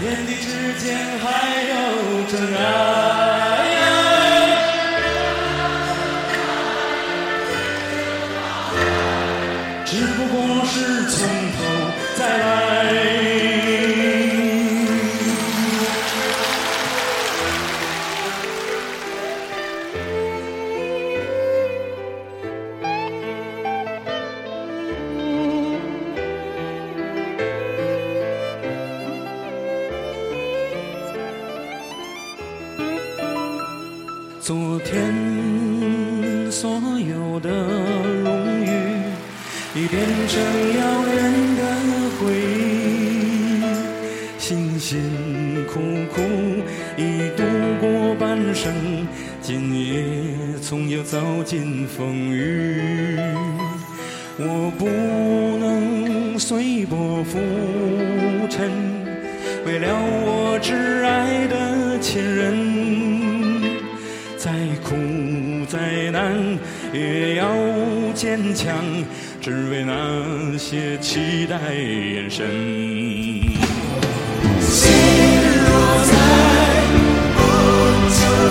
S3: 天地之间还有真爱。只不过是从头再来。昨天所有的荣誉，已变成遥远的回忆。辛辛苦苦已度过半生，今夜总要走进风雨。我不能随波浮沉，为了我挚爱的亲人。再苦再难也要坚强，只为那些期待眼神。心若在，我就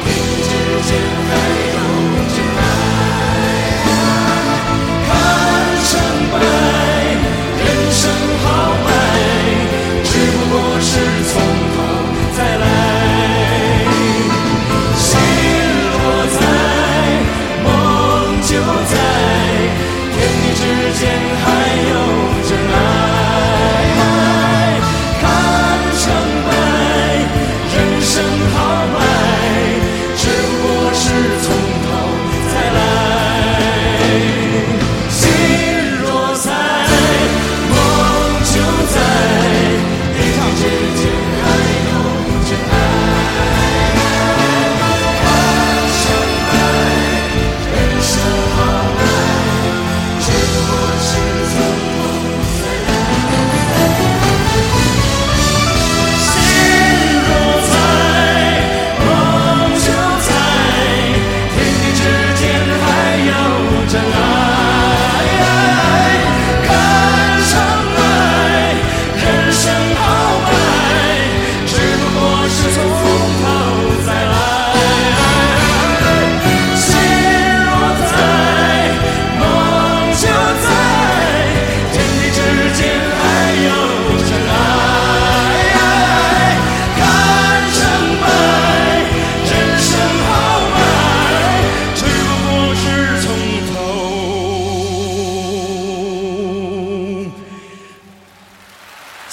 S3: 天之间还有真爱。看成败，人生豪迈，只不过是从头再来。心若在，梦就在，天地之间还有真爱。看成败，人生豪迈，只不过是从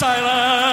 S3: 来。